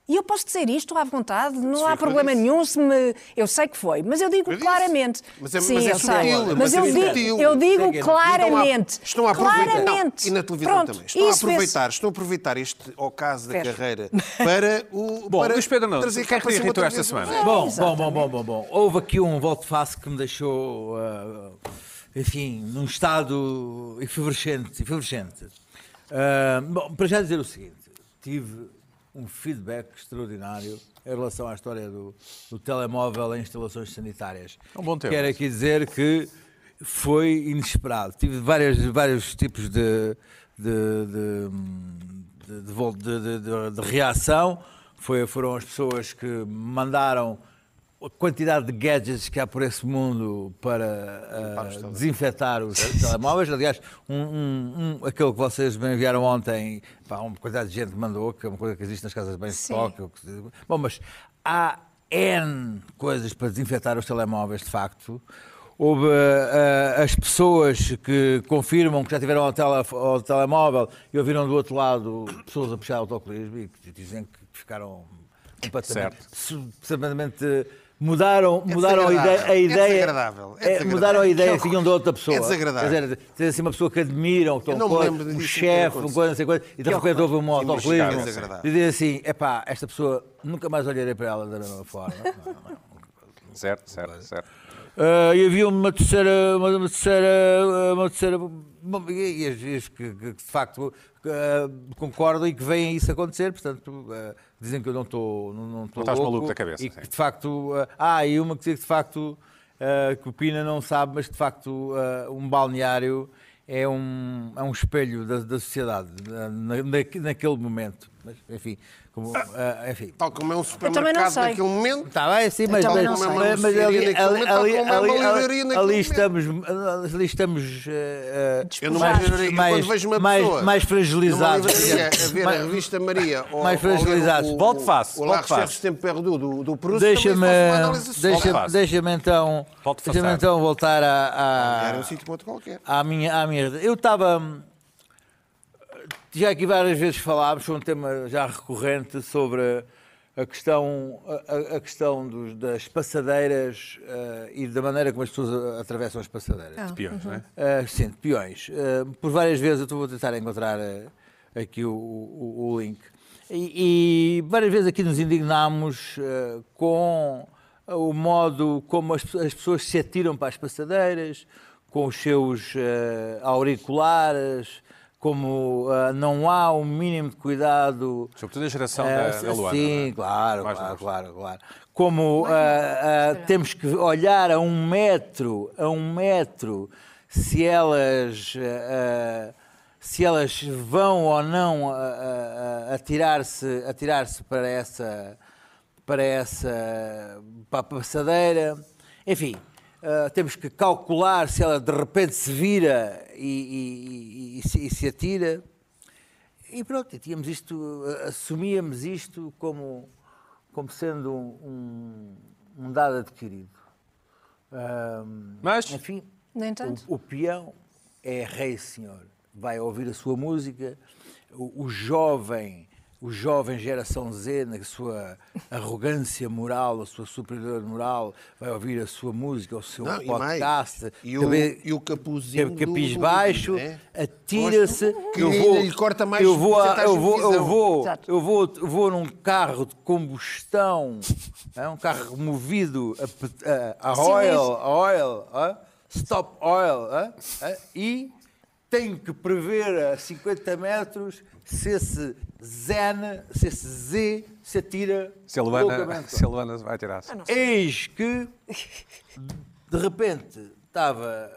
B: E eu posso dizer isto à vontade, não
C: foi o
B: há
C: que eu
B: problema
C: disse.
B: nenhum se me. Eu sei que foi, mas eu digo
C: Eu disse.
B: claramente.
C: Mas é-
B: Sim,
C: mas é
B: eu sei.
C: sutil,
B: Mas
C: mas é
B: eu digo,
C: sutil.
B: eu digo
D: Estão a-
B: claramente.
C: Estão a aproveitar. Não,
B: Claramente.
C: e na televisão
B: Pronto,
C: também. Estão a
B: isso vê-se.
C: aproveitar, estão a aproveitar este ocaso da
B: Fecha.
C: carreira para o.
A: Bom,
C: para
A: Luís Pedro Nunes,
C: trazer
A: o que é
C: cá
A: que
C: para
A: lhe
C: cima
A: irritou
C: outra
A: esta
C: vez um o
A: semana?
C: Zé.
D: Bom, bom,
B: Exatamente.
D: bom, bom, bom, bom. Houve aqui um volte-face que me deixou, ah, enfim, num estado efervescente. efervescente. Ah, bom, para já dizer o seguinte, tive um feedback extraordinário em relação à história do, do telemóvel em instalações sanitárias.
A: É um bom tema.
D: Quero aqui dizer que foi inesperado. Tive várias, vários tipos de, de, de, de- de vol- de- de- de- de reação. Foi- foram as pessoas que mandaram a quantidade de gadgets que há por esse mundo para ah, desinfetar os telemóveis. Aliás, um, um- um- aquele que vocês me enviaram ontem, pá, uma quantidade de gente que mandou, que é uma coisa que existe nas casas de banho de
B: Sim.
D: toque, que eu- que- Bom, mas há N coisas para desinfetar os telemóveis, de facto. Houve ah, ah, as pessoas que confirmam que já tiveram ao, tele- ao telemóvel e ouviram do outro lado pessoas a puxar autocolismo e que dizem que ficaram completamente. su- completamente eh, mudaram mudaram a ideia.
C: desagradável,
D: A
C: é
D: ideia
C: desagradável, é
D: eh,
C: desagradável.
D: mudaram a ideia
C: É
D: que tinham de outra pessoa.
C: desagradável.
D: Quer dizer, tem assim uma pessoa que admiram, que
C: Eu
D: é um
C: não me
D: co-
C: lembro
D: um
C: disso ter
D: chefe, um
C: acontecido.
D: coisa, não sei quanto, e de
C: Que
D: repente houve um
C: horror.
D: autocolismo.
C: Desagradável.
D: Dizer assim, epá, esta pessoa nunca mais olharei para ela da mesma forma.
A: Certo, certo, certo.
D: Ah, e havia uma terceira, uma, uma terceira, uma terceira, bom, e, e as, e as que, que, de facto ah, concordam e que veem isso acontecer, portanto ah, dizem que eu não estou, não, não estou
A: estás
D: louco
A: maluco da cabeça,
D: E
A: sim.
D: que de facto, ah, e uma que dizia que de facto ah, que o Pina não sabe, mas que de facto ah, um balneário é um, é um espelho da, da sociedade na, na- naquele momento. Mas, enfim, como, ah, enfim.
C: Tal como é um
B: também não
C: supermercado
B: sei.
C: naquele momento.
D: Está Tá bem, sim, mas,
B: também
D: mas,
B: não sei.
D: mas, mas ali, ali,
C: Naquele momento, tal
D: ali,
C: como é uma
D: ali-
C: livraria
D: ali
C: naquele
D: estamos, ali estamos eh, eh,
C: Eu não
B: Mas-
C: vejo livraria.
D: mais-
C: quando vejo uma
D: mais-
C: pessoa
D: mais fragilizados.
C: numa livraria a é, ver
D: Mais-
C: a revista Maria ou
D: mais
C: ou ler
D: fragilizados.
C: o- o-
A: Volte face,
C: O
A: volte
C: Largo
A: face.
C: Cerros Tempo Perdu do, do Proust
D: Deixa-me
C: também faço uma análise social.
D: deixa,
A: Volte-se.
D: deixa então,
A: Volte-se
D: deixa
A: passar.
D: então voltar à-
C: Era
D: à,
C: um sítio como outro qualquer.
D: à minha, à minha. Eu estava. hum, Já aqui várias vezes falámos, foi um tema já recorrente sobre a questão, a, a- a questão dos- das passadeiras eh, e da maneira como as pessoas a- atravessam as passadeiras.
A: Piores, não é?
D: Ah, sim, de peões. Ah, por várias vezes, eu estou- vou tentar encontrar ah, aqui o, o- o link. E, e várias vezes aqui nos indignámos ah, com ah, o modo como as, pe- as pessoas se atiram para as passadeiras, com os seus ah, auriculares, como ah, não há o mínimo de cuidado
A: Sobretudo a geração
D: é,
A: da, da Luana.
D: Sim,
A: não é?
D: claro,
A: Mais
D: claro,
A: longe.
D: claro, claro. Como ah, ah, temos que olhar a um metro, a um metro, se elas, ah, ah, se elas vão ou não ah, ah, atirar-se atirar-se para essa, para essa para a passadeira. Enfim, ah, temos que calcular se ela de repente se vira e- e- e- e se- e se atira. E pronto, e tínhamos isto, eh, assumíamos isto como, como sendo um, um- um dado adquirido. Ahm,
A: Mas-
D: enfim,
B: No entanto.
D: o, o peão é rei, senhor. Vai ouvir a sua música. O, o jovem, o jovem geração Z, na sua arrogância moral, a sua superioridade moral, vai ouvir a sua música, o seu
C: Não, e mais,
D: podcast.
C: e o-
D: também-
C: e o capuzinho
D: tem Capiz
C: do- do-
D: baixo,
C: né?
D: atira-se.
C: Que
D: Eu
C: ainda
D: vou,
C: lhe corta mais tá
D: eu vou, a-
C: porcentagem
D: eu
C: de
D: vou, eu
C: visão.
D: vou,
B: Exato.
D: eu vou, eu vou num carro de combustão, é um carro movido a, pet- a, a oil, a oil, hã? stop oil, hã? Hã? e tenho que prever a 50 metros se esse Zen, se esse Z se atira
A: Se a Luana,
D: loucamente.
A: se a Luana vai
D: Ah,
A: tirar-se.
D: Eis que, de repente, estava.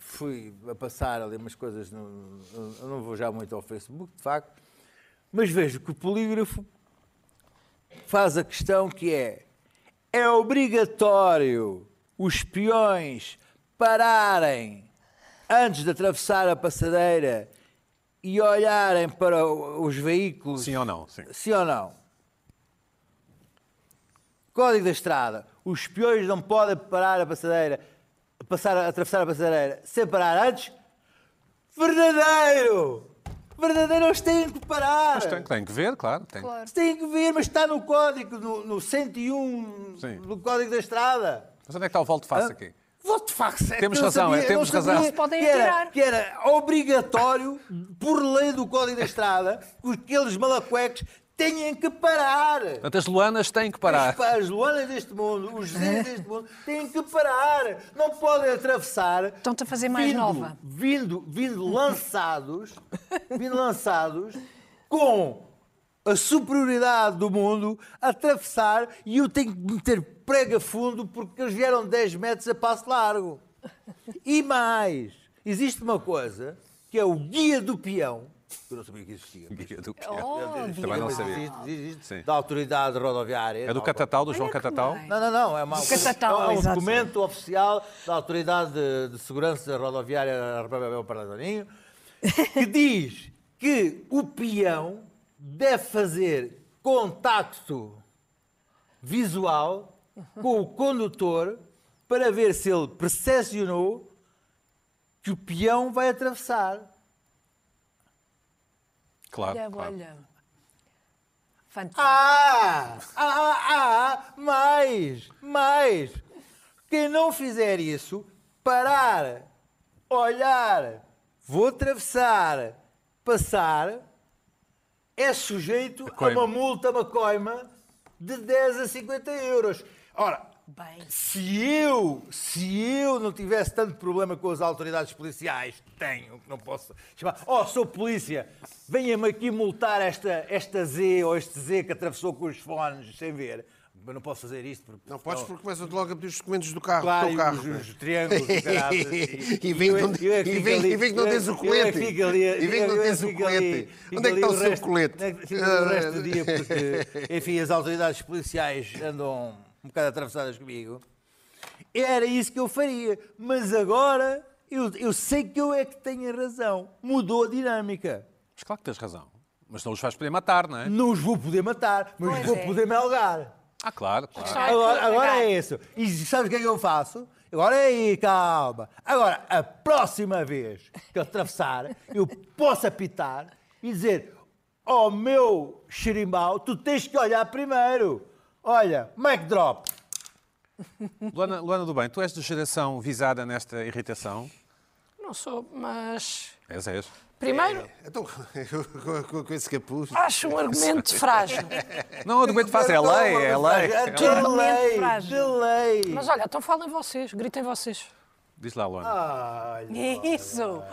D: Fui a passar ali umas coisas, no, eu não vou já muito ao Facebook, de facto, mas vejo que o polígrafo faz a questão que é: é obrigatório os peões pararem antes de atravessar a passadeira e olharem para o- os veículos
A: Sim ou não? Sim.
D: Sim ou não? Código da estrada. Os peões não podem parar a passadeira, passar, atravessar a passadeira sem parar antes. Verdadeiro! Verdadeiro, eles têm que parar.
A: Mas tem, tem que ver, claro. Tem.
B: Claro.
D: Tem que ver, mas está no código, no, no 101
A: Sim.
D: do código da estrada.
A: Mas onde é que está o volto face aqui?
D: Voto de facto. é que
A: Temos
D: eu não
A: razão,
D: sabia,
A: é, temos
D: eu não sabia
A: razão.
B: Se podem
D: que era-
B: atirar.
D: Que era obrigatório, por lei do Código da Estrada, que aqueles malacuecos tenham que parar.
A: Portanto, as Luanas têm que parar.
D: As, pa- as Luanas é deste mundo, os Zés deste mundo, têm que parar. Não podem atravessar.
B: Estão-te a fazer mais
D: vindo-
B: nova.
D: Vindo, vindo lançados, vindo lançados com a superioridade do mundo a atravessar e eu tenho que meter prega fundo porque eles vieram 10 metros a passo largo. E mais, existe uma coisa que é o guia do peão. que Eu não sabia que existia. mas
A: Guia é do peão.
B: Oh,
A: Também não
B: Deus.
A: sabia.
D: Existe, existe, existe,
A: Sim.
D: da autoridade rodoviária.
A: É do
D: tal, tal.
A: Catatal, do João
B: Olha que
A: Catatal.
B: bem.
D: Não, não, não. É, uma,
B: Catatal,
D: é um
B: exato.
D: documento oficial da Autoridade de, de Segurança Rodoviária da República do Paradaninho que diz que o peão deve fazer contacto visual com o condutor para ver se ele percepcionou que o peão vai atravessar.
A: Claro.
B: Olha,
A: claro.
B: olha. Fantástico.
D: Ah, ah, ah, ah, mais, mais. Quem não fizer isso, parar, olhar, vou atravessar, passar, é sujeito a
A: coima.
D: uma multa, uma coima de 10 a 50 euros. Ora,
B: Bem.
D: se eu, se eu não tivesse tanto problema com as autoridades policiais, tenho, não posso chamar. Oh, sou polícia, venha-me aqui multar esta, esta Z ou este Z que atravessou com os fones sem ver. Mas não posso fazer isto porque.
C: Não podes porque começam logo a pedir os documentos do carro,
D: Claro,
C: do teu
D: Oh. e
C: carro. né? é?
D: os, os triângulos, o caralho,
C: E vem
D: eu-
C: que não-
D: eu é que
C: e
D: fico
C: vem-
D: ali-
C: e vem que não
D: eu é-
C: tens o
D: eu é
C: colete.
D: que fico ali-
C: E vem que
D: eu-
C: não
D: eu é
C: tens o
D: fico ali-
C: colete. Onde
D: fico
C: é que
D: ali
C: está o seu
D: resto-
C: colete? Ah.
D: onde é que fica ali o resto do dia? Porque, enfim, as autoridades policiais andam um bocado atravessadas comigo. Era isso que eu faria. Mas agora eu, eu sei que eu é que tenho razão. Mudou a dinâmica.
A: Mas claro que tens razão. Mas não os vais poder matar, não é?
D: Não os vou poder matar, mas
B: Pois
D: vou
B: é.
D: poder melgar.
A: Ah, claro, claro.
B: Está
D: Agora,
B: tudo
D: agora
B: legal.
D: é isso. E sabes o que é que eu faço? Agora é aí, calma. Agora, a próxima vez que eu atravessar, eu posso apitar e dizer: oh meu xerimbau, tu tens que olhar primeiro. Olha, mic drop.
A: Luana, Luana do Bem, tu és da geração visada nesta irritação?
E: Não sou, mas.
A: És, és.
E: Primeiro,
C: Então, com, com, com esse capuz.
E: acho um argumento frágil.
A: Não, o argumento faz, é lei, é
D: Ah,
A: lei.
D: De
B: Argumento
D: lei,
B: frágil.
D: de lei.
E: Mas olha, então falem vocês, gritem vocês.
A: Diz lá, Luana.
B: Isso!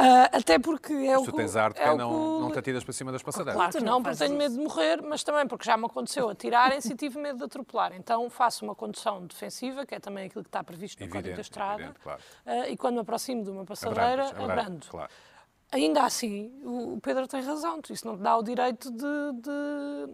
E: Ah, até porque é o
A: tu
E: que-
A: tens arte,
E: é
A: quem
E: o
A: não,
E: que-
A: não te atiras para cima das passadeiras.
E: Claro que
B: Tu
E: não,
B: não
E: porque
B: fazes
E: tenho
B: isso.
E: medo de morrer, mas também porque já me aconteceu atirarem-se e tive medo de atropelar. Então faço uma condução defensiva, que é também aquilo que está previsto no Código da
A: Evidente,
E: Estrada,
A: evidente, claro.
E: ah, e quando me aproximo de uma
A: É
E: passadeira,
A: Abrandas, abrandas,
E: abrando.
A: Claro.
E: Ainda assim, o o Pedro tem razão. Isso não te dá o direito de. de-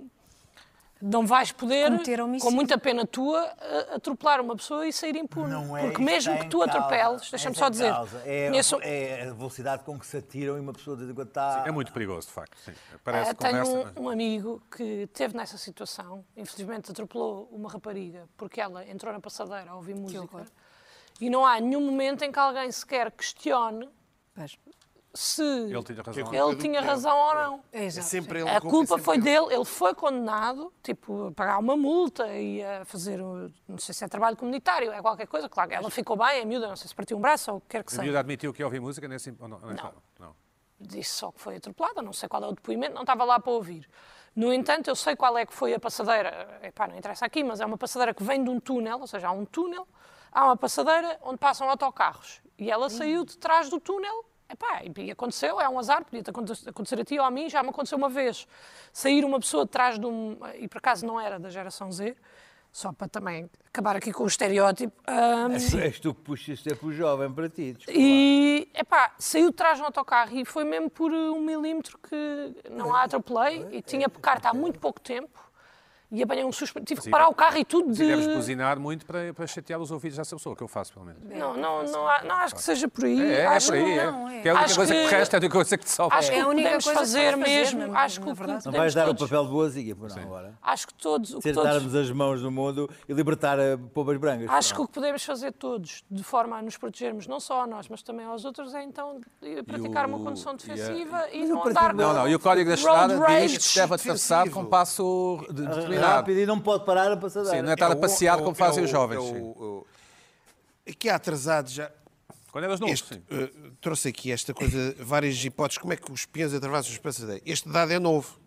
E: Não vais poder,
B: Cometer homicídio.
E: com muita pena tua, a- atropelar uma pessoa e sair impune.
D: Não é isso
E: Porque
D: que
E: mesmo
D: está
E: que
D: em
E: tu
D: causa.
E: atropeles, deixa-me
D: Essa
E: só
D: é a
E: dizer.
D: causa. É,
E: conheço-
D: é a velocidade com que se atiram e uma pessoa de quando está.
A: É muito perigoso, de facto. Sim.
E: Ah,
A: Parece
E: tenho
A: conversa. é?
E: um,
A: mas-
E: um amigo que teve nessa situação, infelizmente atropelou uma rapariga porque ela entrou na passadeira a ouvir música.
B: horror.
E: E não há nenhum momento em que alguém sequer questione
B: Pois,
E: se
A: Ele
E: ele,
A: tinha razão.
C: culpa do
E: tinha
C: Pedro.
E: razão ou não.
B: é
C: É
B: exato.
C: sempre ele
E: A
C: com- é
E: culpa
C: sempre
E: foi
C: ele.
E: dele, ele foi condenado, tipo, a pagar uma multa e a fazer, um- não sei se é trabalho comunitário, é qualquer coisa, claro, ela ficou bem, a miúda, não sei se partiu um braço ou o que quer
A: A
E: que seja.
A: miúda admitiu que ouvi música nesse. ou não, nesse-
E: Não.
A: não.
E: disse só que foi atropelada, não sei qual é o depoimento, não estava lá para ouvir. No entanto, eu sei qual é que foi a passadeira, epá, não interessa aqui, mas é uma passadeira que vem de um túnel, ou seja, há um túnel, há uma passadeira onde passam autocarros. E ela saiu de trás do túnel, epá, e aconteceu, é um azar, podia acontecer acontecer a ti ou a mim, já me aconteceu uma vez. Sair uma pessoa de trás de um, e por acaso não era da geração Z, só para também acabar aqui com o estereótipo, hum,
D: assim. És tu que puxas sempre o jovem para ti. desculpa.
E: e, epá, saiu de trás no autocarro e foi mesmo por uh, um milímetro que não
A: É.
E: a atropelei e tinha carta há muito pouco tempo e apanhei um susto. Tive que parar o carro e tudo
A: Se deves
E: de...
A: buzinar muito para, para chatear os ouvidos dessa pessoa, que eu faço, pelo menos.
E: Não, não, não, há- não acho que seja por aí.
A: É, é,
E: Hum, acho
A: por aí.
E: que-
A: é.
B: não, é.
A: Que é a única
E: Acho
A: coisa que,
E: que-
A: te resta, é a única coisa que te salva.
E: Acho que
B: É a
E: o que
B: única
E: podemos
B: coisa que se pode
E: fazer
B: fazer,
E: mesmo,
B: na-
E: acho que
B: na
E: o que
B: verdade.
E: podemos
D: Não vais dar o
E: todos,
D: papel de boazinha, por não, agora.
E: acho que todos, o que todos,
D: Acertarmos as mãos no mundo e libertar a pombas brancas.
E: acho que
D: Pronto.
E: o que podemos fazer todos, de forma a nos protegermos não só a nós, mas também aos outros, é então de- praticar uma
A: o-
E: condução
A: e a-
E: defensiva e,
D: Mas eu
E: não
D: pratico-
E: andar
A: Não, não, e o Código da
E: road
A: Estrada
E: rage.
A: diz que se deve atravessar com um passo de- determinado.
D: Ah, Rápido e não pode parar a passadeira.
A: Sim, não é estar a
C: o-
A: passear
C: é o-
A: como fazem
C: é
A: os
C: o-
A: jovens.
C: é o-
A: sim.
C: é o- Aqui há atrasado já.
A: Quando eras novo,
C: Este,
A: Oh, sim.
C: eh, trouxe aqui esta coisa, várias hipóteses. Como é que os peões atravessam os passadeiros? Este dado é novo.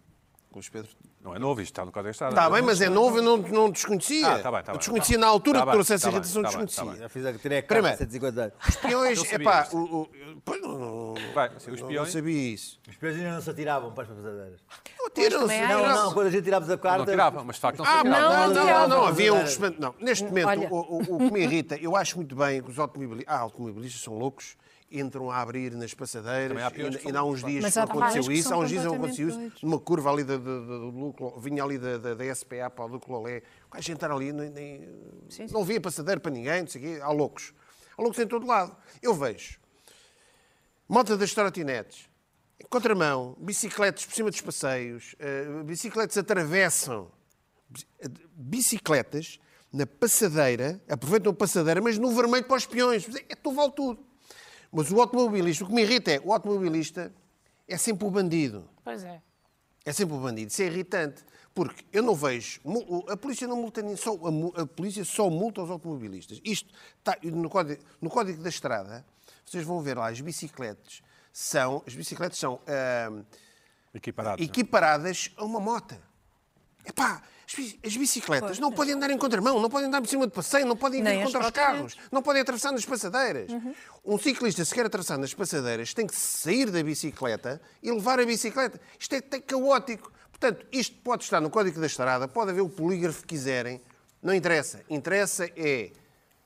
C: Com os Pedro.
A: Não é novo, isto está no Código da Estrada.
C: Está bem, mas é novo, eu não, não desconhecia.
A: Ah, tá bem, tá
C: eu
A: bem.
C: desconhecia na altura
A: Tá
C: que
A: bem,
C: trouxe essa
A: tá bem,
C: irritação,
A: tá bem, tá
C: desconhecia.
D: Já fiz a tirei a cara
C: Primeiro.
D: 150 anos.
C: Os peões,
A: sabia
C: é pá,
A: isto.
C: pois não, não, não-
A: Vai, assim, os
C: não-
A: peões-
C: não sabia isso.
D: Os peões ainda não se atiravam para as passadeiras.
C: Não, tiram-se,
B: também há
D: Não,
C: tiram-se.
D: não, quando a gente tirava a carta.
A: Não tirava, mas de facto não
B: Então
A: se
C: Ah,
A: tirava.
C: não, não, não, não,
D: não,
C: havia um
D: não.
C: respeito. Não, neste momento,
B: Hum, Olha.
C: o, o- o que me irrita, eu acho muito bem que os automobilistas, ah, automobilistas são loucos, entram a abrir nas passadeiras,
A: Também há
C: e,
A: peões
C: ainda-
A: que
C: ainda há uns dias
B: Mas
C: não
B: há
C: aconteceu
B: peões que
C: isso, há
B: são
C: uns dias não
B: completamente
C: aconteceu isso,
B: doido.
C: numa curva ali da, da, da- do Luco, vinha ali da, da, da SPA para o Luco Lolé, o gajo entrar ali, nem, nem- não via passadeira para ninguém, não sei o quê, há loucos. Há loucos em todo lado. Eu vejo. Malta das trotinetes. em Contramão, bicicletas por cima dos passeios, eh, bicicletas atravessam. Bi- eh, Bicicletas na passadeira, aproveitam a passadeira, mas no vermelho para os peões. Mas é- É tu vale tudo. Mas o automobilista, o que me irrita é, o automobilista é sempre o bandido.
E: Pois é.
C: É sempre o bandido. Isso é irritante. Porque eu não vejo. mu- o- A polícia não multa nem só. A, mu- a polícia só multa os automobilistas. Isto está no código, no código da estrada. Vocês vão ver lá as bicicletas. São, as bicicletas são ah,
A: Equiparado. não é?
C: equiparadas a uma moto. Epá, as bi- as bicicletas não podem andar em contramão, não podem andar por cima de passeio, não podem ir
B: Nem as
C: contra os
B: trotinetes.
C: carros, não podem atravessar nas passadeiras.
E: Uhum.
C: Um ciclista, se quer atravessar nas passadeiras, tem que sair da bicicleta e levar a bicicleta. Isto é, é caótico. Portanto, isto pode estar no Código da Estrada, pode haver o polígrafo que quiserem, não interessa. Interessa é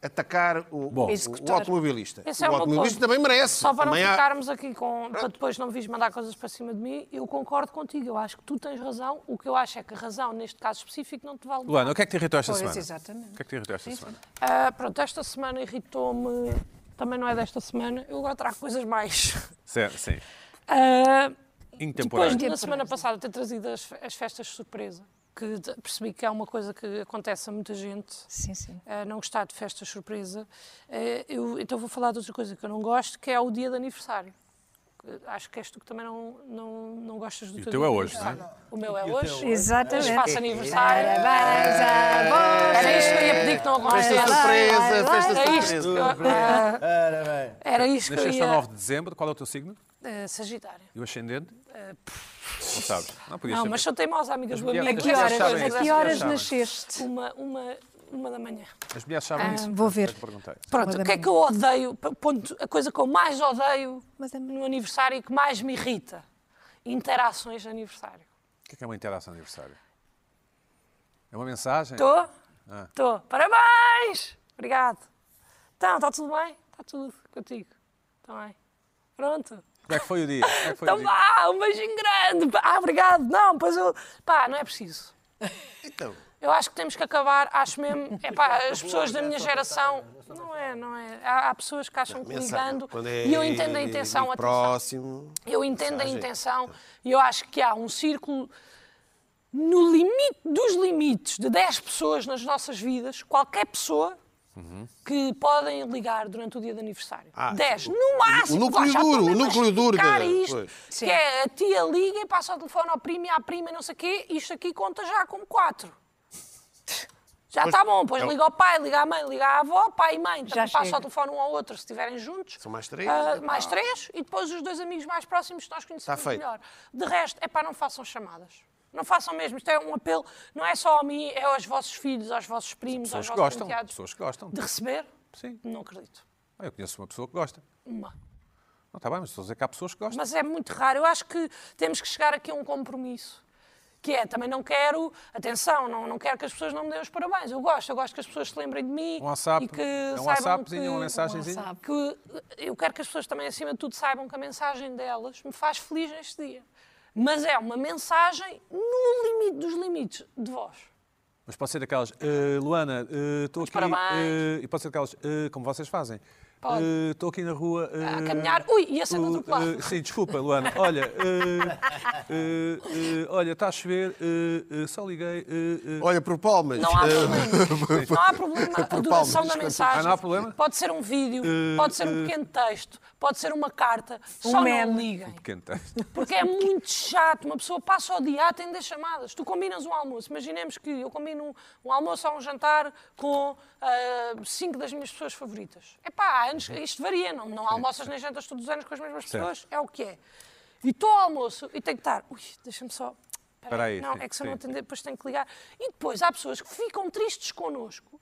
C: atacar o, o- o,
B: Executar.
C: automobilista.
E: Esse é
C: o
E: o meu
C: automobilista
E: ponto.
C: também merece.
E: Só para não
C: também há- Ah.
E: ficarmos aqui com. para depois não vires mandar coisas para cima de mim, eu concordo contigo. Eu acho que tu tens razão. O que eu acho é que a razão, neste caso específico, não te vale.
A: Luana, o que é que te irritou esta
B: Pois,
A: semana?
B: exatamente.
A: O que é que te irritou esta semana?
E: Ah, pronto, esta semana irritou-me. Também não é desta semana. Eu agora trago coisas mais.
A: Certo, Sim.
E: Ah,
A: Intemporário.
E: depois de, na semana passada, ter trazido as, fe- as festas de surpresa, que de- percebi que é uma coisa que acontece a muita gente.
B: Sim, sim.
E: ah, não gostar de eh, festas de surpresa. Ah, eu, então vou falar de outra coisa que eu não gosto, que é o dia de aniversário. acho que és tu que também não, não, não gostas do
A: E o
E: teu
A: teu é
E: dia.
A: hoje, não é?
E: O meu é hoje.
B: Exatamente.
E: Hoje faço aniversário.
B: Parabéns a você.
E: Era isto que eu ia pedir que não
C: Fez-te a
E: acontecesse.
C: é, surpresa,
B: vai,
C: fez-te a
E: Era é isto.
C: surpresa.
E: que eu- ah, Era isto que eu
A: Nasceste a
E: ia.
A: 9 de dezembro, qual é o teu signo?
E: Ah, Sagitário.
A: E o ascendente? Não sabes. Não podias
E: Não,
A: saber.
E: mas sou teimosa, amigas do
A: mulheres-
E: amigo. é
B: A que
A: Elas
B: horas,
A: sabem
B: a
A: isso,
B: que
A: elas
B: horas
A: sabem.
B: nasceste?
E: Uma, uma, uma da manhã.
A: As mulheres sabem
B: Ah,
A: isso.
B: vou
A: por isso
B: ver.
A: que eu te perguntei.
E: Pronto, o que é que eu odeio? P- Ponto, a coisa que eu mais odeio
B: Mas é-
E: no aniversário e que mais me irrita: interações de aniversário.
A: O que é que é uma interação de aniversário? É uma mensagem?
E: Estou? Estou. Parabéns! Obrigado. Então, está tudo bem? Está tudo contigo. Também. Pronto.
A: Como é que foi o dia? Como é que foi o
E: Então
A: dia?
E: vá, um beijinho grande. Ah, obrigado. Não, pois eu. Pá, não é preciso.
C: Então,
E: Eu acho que temos que acabar, acho mesmo. É pá, as pessoas da minha geração. Não é, não é. Há, há pessoas que acham que ligando.
C: mensagem, quando é
E: E eu entendo a
C: amigo
E: intenção, atenção.
C: próximo.
E: Eu entendo a
C: Mensagem.
E: intenção e eu acho que há um círculo no limite dos limites de 10 pessoas nas nossas vidas, qualquer pessoa que podem ligar durante o dia de aniversário.
C: Ah,
E: 10,
C: o-
E: no máximo.
C: o núcleo
E: gosto, ah,
C: duro, o
E: mas
C: núcleo duro
E: cara,
C: da-
E: isto,
C: pois.
E: que é a tia liga e passa o telefone ao primo e à prima e não sei o quê, isto aqui conta já como 4. Já está bom,
C: é
E: pois liga ao pai, liga à mãe, liga à avó, pai e mãe,
B: Já
E: também passa
B: chega.
E: o telefone um ao outro se estiverem juntos.
C: São mais três, né?
E: Ah,
C: pá.
E: mais três e depois os dois amigos mais próximos que nós conhecemos
A: Tá
C: Está feito.
E: melhor. De resto, é para não façam chamadas. Não façam mesmo, isto é um apelo, não é só a mim, é aos vossos filhos, aos vossos primos,
A: Pessoas que
E: aos vossos
A: gostam.
E: enteados.
A: Pessoas que gostam.
E: De receber?
A: Sim.
E: Não acredito.
A: Ah, eu conheço uma pessoa que gosta.
E: Uma.
A: Não está bem, mas estou a dizer que há pessoas que gostam.
E: Mas é muito raro. Eu acho que temos que chegar aqui a um compromisso. Que é, também não quero, atenção, não, não quero que as pessoas não me deem os parabéns. Eu gosto, eu gosto que as pessoas se lembrem de mim.
A: Um WhatsApp,
E: e que
A: é um
E: saibam
A: WhatsAppzinho,
E: que-
A: uma mensagenzinha.
B: Um WhatsApp.
E: que eu quero que as pessoas também, acima de tudo, saibam que a mensagem delas me faz feliz neste dia. Mas é uma mensagem no limite dos limites de vós.
A: Mas pode ser daquelas, "Eh, Luana, eh, estou aqui.
E: parabéns.
A: eh", e pode ser daquelas, "Eh, como vocês fazem.
E: Pode.
A: "Eh, Estou aqui na rua. eh,
E: A caminhar. uh, Ui, ia ser
A: o-
E: atropelado.
A: eh, sim, desculpa, Luana. Olha, eh, eh, eh, olha, está a chover, eh, eh, só liguei. eh, eh."
C: Olha, por palmas.
E: Não há
C: eh,
E: problema. Não há problema. A duração da mensagem.
A: Ah, não há problema?
E: Pode ser um vídeo, pode ser um pequeno texto, pode ser uma carta. Só não
B: meme.
E: liguem.
A: Pequeno texto.
E: Porque é muito chato. Uma pessoa passa o dia a atender chamadas. Tu combinas um almoço. Imaginemos que eu combino um, um almoço ou um jantar com ah, cinco das minhas pessoas favoritas. Epá, há anos, isto varia. Não, não almoças nem jantas todos os anos com as mesmas pessoas. É o que é. E estou ao almoço e tenho que estar... Ui, deixa-me só...
A: Espera aí,
E: Não,
A: sim,
E: é que se eu não
A: sim.
E: atender, depois tenho que ligar. E depois há pessoas que ficam tristes connosco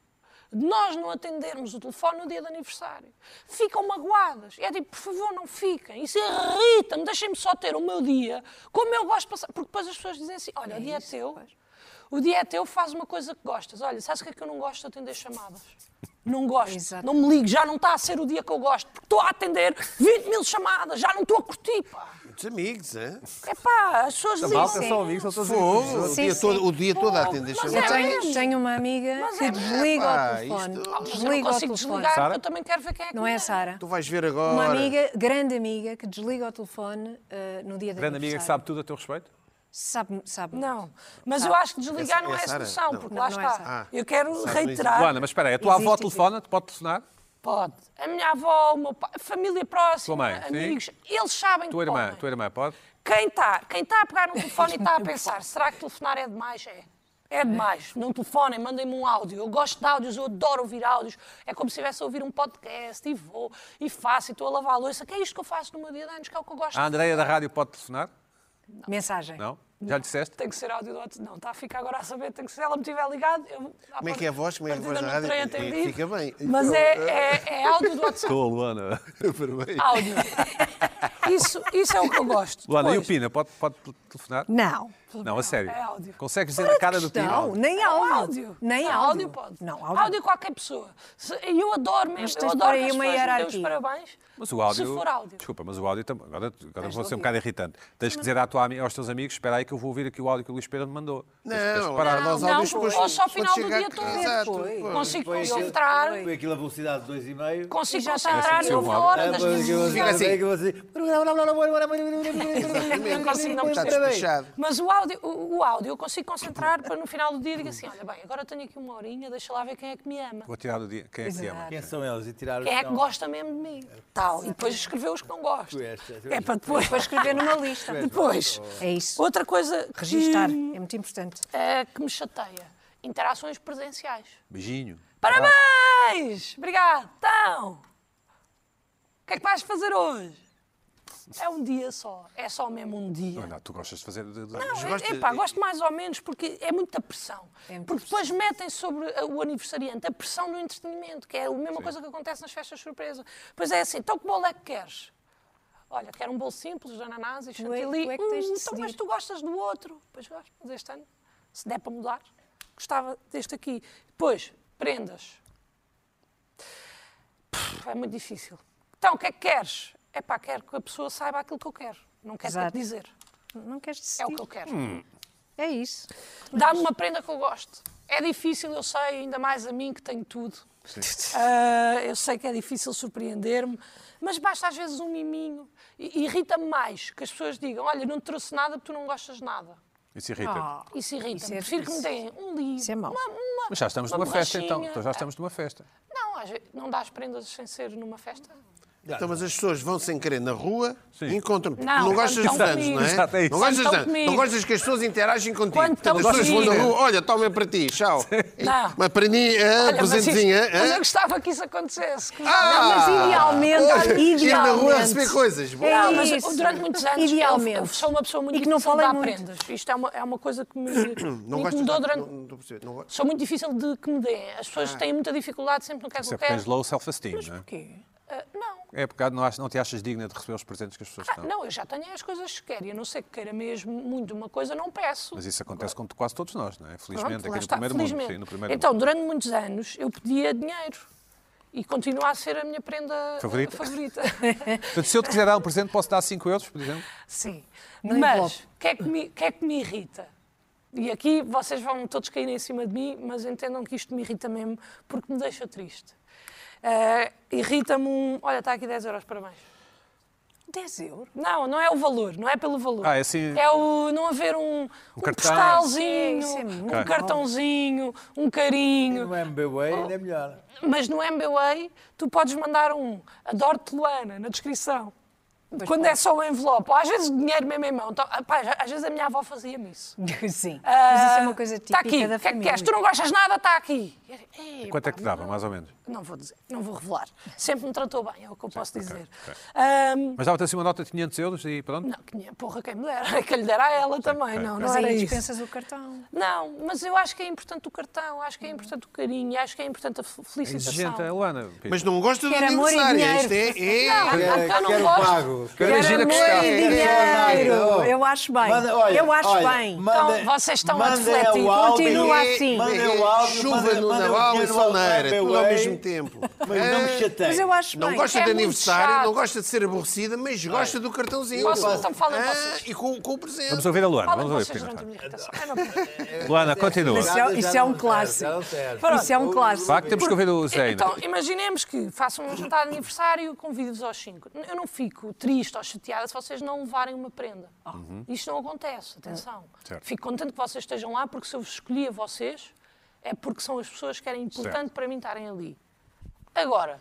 E: de nós não atendermos o telefone no dia do aniversário. Ficam magoadas. É tipo, por favor, não fiquem. Isso irrita-me. Deixem-me só ter o meu dia como eu gosto de passar. Porque depois as pessoas dizem assim: olha, o dia é teu. O dia é teu, faz uma coisa que gostas. Olha, sabes o que é que eu não gosto de atender chamadas? Não gosto.
B: Exato.
E: Não me ligo. Já não está a ser o dia que eu gosto. Porque estou a atender 20 mil chamadas. Já não estou a curtir, pá.
C: Muitos amigos, é?
E: É pá, as pessoas dizem.
A: Malta, são amigos, são todos amigos.
C: Fogo, o
B: Sim,
C: dia
B: sim.
C: todo- o dia todo a atender
E: Mas
B: Eu
E: é
C: chamadas.
B: tenho,
E: mesmo?
B: tenho uma amiga
E: Mas
B: que
E: é mesmo?
B: desliga
C: Epá,
B: o telefone.
C: isto-
E: Ah, mas eu não
B: Desliga o
E: consigo
B: telefone.
E: desligar,
A: Sara?
E: porque eu também quero ver quem é que
B: Não é,
E: me
B: Sara?
C: Tu vais ver agora.
B: Uma amiga, grande amiga, que desliga o telefone eh, no dia da
A: Grande amiga que sabe tudo a teu respeito.
B: Sabe, sabe.
E: Não, mas eu acho que desligar
C: Essa-
E: não é
C: é
E: a
C: Sara?
E: solução,
C: Não.
E: porque
B: Não,
E: lá
B: não é
E: está.
B: Sara.
E: eu
A: Ah.
E: quero
C: Sara, não
E: reiterar.
A: Luana, mas espera aí, a tua avó
B: Existe, existe.
A: telefona, te pode telefonar?
E: Pode. A minha avó, o meu pai, a família próxima,
A: Tua mãe, sim.
E: amigos, eles sabem
A: Tua
E: que
A: irmã,
E: podem.
A: tua irmã, pode?
E: Quem está quem tá a pegar no telefone e está a pensar, será que telefonar é demais? É. É demais. Não telefonem, mandem-me um áudio. Eu gosto de áudios, eu adoro ouvir áudios. É como se estivesse a ouvir um podcast e vou, e faço, e estou a lavar a louça. Que é isto que eu faço no meu dia de anos, que é o que eu gosto.
A: A Andreia da rádio pode telefonar?
B: Mensagem.
A: Não? Já lhe disseste?
E: Tem que ser áudio do outro. Não, está a ficar agora a saber. Tem que ser. Ela me tiver ligado. Eu,
C: Como é que é a voz? Como é que é a voz da
E: Partida não
C: rádio?
E: terei
C: E- e
E: atendido.
C: fica bem.
E: Mas é, é, é áudio do WhatsApp.
A: Estou, Luana.
C: Parabéns.
E: áudio. Isso, isso é o que eu gosto.
A: Luana, e o
E: Depois,
A: Pina, pode, pode telefonar?
B: Não.
A: Não, a sério.
E: É áudio.
A: Consegues dizer a cara do Pina?
B: Não, nem
E: é o
B: áudio.
E: áudio.
B: Nem
E: Não,
B: áudio.
E: pode.
B: Não, áudio.
E: áudio. qualquer pessoa. Se- Eu adoro mesmo.
B: Mas tens
E: eu
B: de pôr
E: adoro que
B: aí
E: as
B: uma
E: pessoas me deem os
B: hierarquia.
E: parabéns.
A: Mas o áudio.
E: Se for áudio.
A: Desculpa, mas o áudio também. Agora, agora vou ser um
B: ouvir.
A: bocado irritante. Tens que dizer à tua, ami- aos teus amigos: espera aí, que eu vou ouvir aqui o áudio que o Luís Pedro me mandou. Esse- esse
C: Não,
A: parar-
C: nós
E: não,
C: áudios
E: não,
C: depois-
E: ouço ao
C: quando
E: final do
C: chegar-
E: dia todo.
C: Exato,
B: Depois.
C: pois.
E: Consigo
B: Depois-
E: concentrar,
D: Foi aquilo a velocidade de 2,5.
E: consigo
B: Já está.
E: concentrar,
B: Esse é o
E: não vou
A: hábito.
D: Ah,
E: hora das
C: Fica assim.
E: é Não consigo, não
C: Está
E: percebo.
C: despechado.
E: Mas o áudio, o, o áudio eu consigo concentrar para no final do dia diga assim: olha, bem, agora tenho aqui uma horinha, deixa lá ver quem é que me ama.
A: Vou tirar do dia. Quem é que te ama?
D: Quem são eles? E tiraram
E: Quem é que gosta mesmo de mim? Tal. E depois escrever os que não gosto.
D: então. Tu és, tu és, tu
E: É
D: és.
E: para depois.
B: Para escrever numa lista.
E: Depois.
B: É isso.
E: Outra coisa que-
B: Registar.
E: Hum.
B: É muito importante.
E: eh, que me chateia: interações presenciais.
A: Beijinho.
E: Parabéns! Obrigado. Então, o que é que vais fazer hoje? É um dia só. É só mesmo um dia.
A: Não, não, tu gostas de fazer. de- de-
E: Não, é-
C: gosta-
E: epá, gosto mais ou menos porque é muita pressão.
B: É muita
E: porque depois metem sobre a- o aniversariante a pressão do entretenimento, que é a mesma coisa que acontece nas festas de surpresa. Pois é assim, então que bolo é que queres? Olha, quero um bolo simples, de ananás e
B: é-
E: chantilly.
B: tu é que tens de
E: Hum, então, mas
B: decidir.
E: tu gostas do outro. Pois gosto, mas este ano, se der para mudar, gostava deste aqui. Depois, prendas. Pff, É muito difícil. Então, o que é que queres? É pá, quero que a pessoa saiba aquilo que eu quero. Não quero ter
B: Exato.
E: que dizer.
B: Não queres decidir.
E: É o que eu
A: Hum,
E: quero.
B: É isso.
E: Dá-me uma prenda que eu gosto. É difícil, eu sei, ainda mais a mim que tenho tudo. Ah, eu sei que é difícil surpreender-me, mas basta às vezes um miminho. E- Irrita-me mais que as pessoas digam: Olha, não te trouxe nada porque tu não gostas de nada.
A: Isso irrita.
E: Isso irrita-me.
B: é-
E: Prefiro que me
B: isso-
E: deem um livro.
B: isso é mau.
E: uma- uma-
A: Mas já estamos
E: uma
A: numa festa então.
E: borrachinha.
A: Então já estamos numa festa.
E: Não, às vezes, não dás prendas sem ser numa festa?
A: Ah,
C: Então, mas as pessoas vão sem querer na rua e encontram. Não,
E: Não,
C: não gostas
E: estão
C: de danos,
E: comigo.
C: não é?
A: Exato, é isso.
C: Não gostas de
E: Estão
C: danos. Não
E: comigo.
C: gostas que as pessoas interagem contigo.
E: Quando estão
C: As pessoas vão na
E: comigo.
C: rua, olha, toma para ti, tchau.
E: Não.
C: Uma para mim, ah,
E: Olha, mas isso-
C: presentezinha.
A: é?
E: Mas, eu
C: ah.
E: gostava que isso acontecesse. que-
C: Ah!
B: Mas idealmente,
C: Olha,
B: idealmente.
C: Ir na rua a receber coisas. Bom,
E: Não,
B: É
E: mas
B: isso.
E: durante muitos anos
B: Idealmente.
E: eu, eu sou uma pessoa muito
B: E que não
E: difícil de
B: falem
E: dar
B: muito.
E: prendas. Isto é uma, é uma coisa que me, me
C: gostas
E: incomodou
C: de-
E: durante...
C: não- não estou a perceber, não gosto.
E: Sou muito difícil de que me deem. As pessoas têm muita dificuldade, sempre não quer
A: Ah.
E: que
A: Isso é
E: eu
A: porque
E: quero.
A: tens low self-esteem, não é?
B: Porquê?
E: Ah, não.
A: É porque não, achas- não te achas digna de receber os presentes que as pessoas
E: Ah,
A: dão.
E: não, eu já tenho as coisas que quero. E a não ser que queira mesmo muito uma coisa, não peço.
A: Mas isso acontece com quase todos nós, não é? Felizmente,
E: Pronto, lá
A: aqui no
E: está,
A: primeiro mundo.
E: felizmente.
A: Sim, no primeiro
E: então,
A: mundo.
E: durante muitos anos, eu pedia dinheiro. E continua a ser a minha prenda eh,
A: Favorita?
E: favorita.
A: Portanto, se eu te quiser dar um presente, posso dar 5 euros, por exemplo?
E: Sim.
B: Não
E: mas
B: envolve.
E: o que, é que me- o que é que me irrita? E aqui vocês vão todos cair em cima de mim, mas entendam que isto me irrita mesmo, porque me deixa triste. Eh, Irrita-me um. Olha, está aqui 10 euros para mais.
B: 10 euros.
E: Não, não é o valor, não é pelo valor.
A: Ah, é assim-
E: É o não haver um, um
A: cartão.
E: postalzinho,
B: Sim, isso é muito
E: um
B: bom.
E: cartãozinho, um carinho.
D: No MBWay ainda é melhor.
E: Mas no MBA tu podes mandar um adoro-te Luana na descrição. Quando é só o envelope. Ou às vezes o dinheiro mesmo em mão. Então, pá, já- às vezes a minha avó fazia-me isso.
B: Sim. Mas isso é uma coisa típica
E: Está Ah,
B: da
E: aqui, o que é que
B: família.
E: queres? Tu não gostas nada, está aqui. E eu, "Ei,
A: Quanto
E: pá,
A: é que te dava, mais ou menos?
E: Não vou dizer, não vou revelar. Sempre me tratou bem, é o que eu posso dizer.
A: ok.
E: Ahm,
A: Mas dava-te assim uma nota de 500 euros e pronto? É
E: não, que minha porra, quem me dera, que lhe dera a ela também.
A: ok.
E: Não, não
B: Mas aí
E: era é isso.
B: dispensas o cartão.
E: Não, mas eu acho que é importante o cartão, acho que é importante o carinho, acho que é importante a fe-
A: É
E: felicitação.
A: Exigente, a Luana. Pita.
C: Mas não gosto do
B: Quero amor e
C: aniversário.
B: dinheiro.
C: Isto é. é-
E: Não,
D: Quero-
E: eu Ah, então não
D: quero
E: gosto.
D: pago.
A: Quero
B: Quero
A: gira que
B: amor
A: está.
B: e dinheiro. Eu acho bem.
D: Manda- olha,
B: eu acho
D: olha,
B: bem.
D: manda-
E: Então, vocês estão a
D: manda
E: defletir.
D: o áudio,
B: Continua
C: é-
B: assim.
D: Manda
C: é-
D: o áudio,
C: Chuva
D: manda- um
C: no
D: manda o
C: Naval e
D: dinheiro é ao
C: Solneira, tudo ao
D: MBWay.
C: mesmo tempo.
D: Mas não me
C: É.
D: chateia.
B: Mas eu acho
C: Não
B: bem.
C: gosta
E: É
C: de
E: muito
C: aniversário,
E: chato.
C: não gosta de ser aborrecida, mas gosta do cartãozinho.
E: Posso- então falem
C: Ah,
E: vocês.
C: E com, com o presente.
A: Vamos ouvir a Luana.
E: Fala
A: Vamos ouvir. o que
E: vocês
A: é que
E: durante a
A: ela
E: minha irritação. Eu não-
A: faz. Luana, continua.
B: Isso é- isso é um clássico. Isso é um clássico.
A: Vá que temos que ouvir o Zé ainda.
E: Então, imaginemos que façam um jantar de aniversário, convido-vos aos cinco. Eu não fico triste ou chateada se vocês não levarem uma prenda. Isto não acontece, atenção.
A: Uhum. Certo.
E: Fico contente que vocês estejam lá, porque se eu vos escolhi a vocês, é porque são as pessoas que era importante
A: Certo.
E: para mim estarem ali. Agora,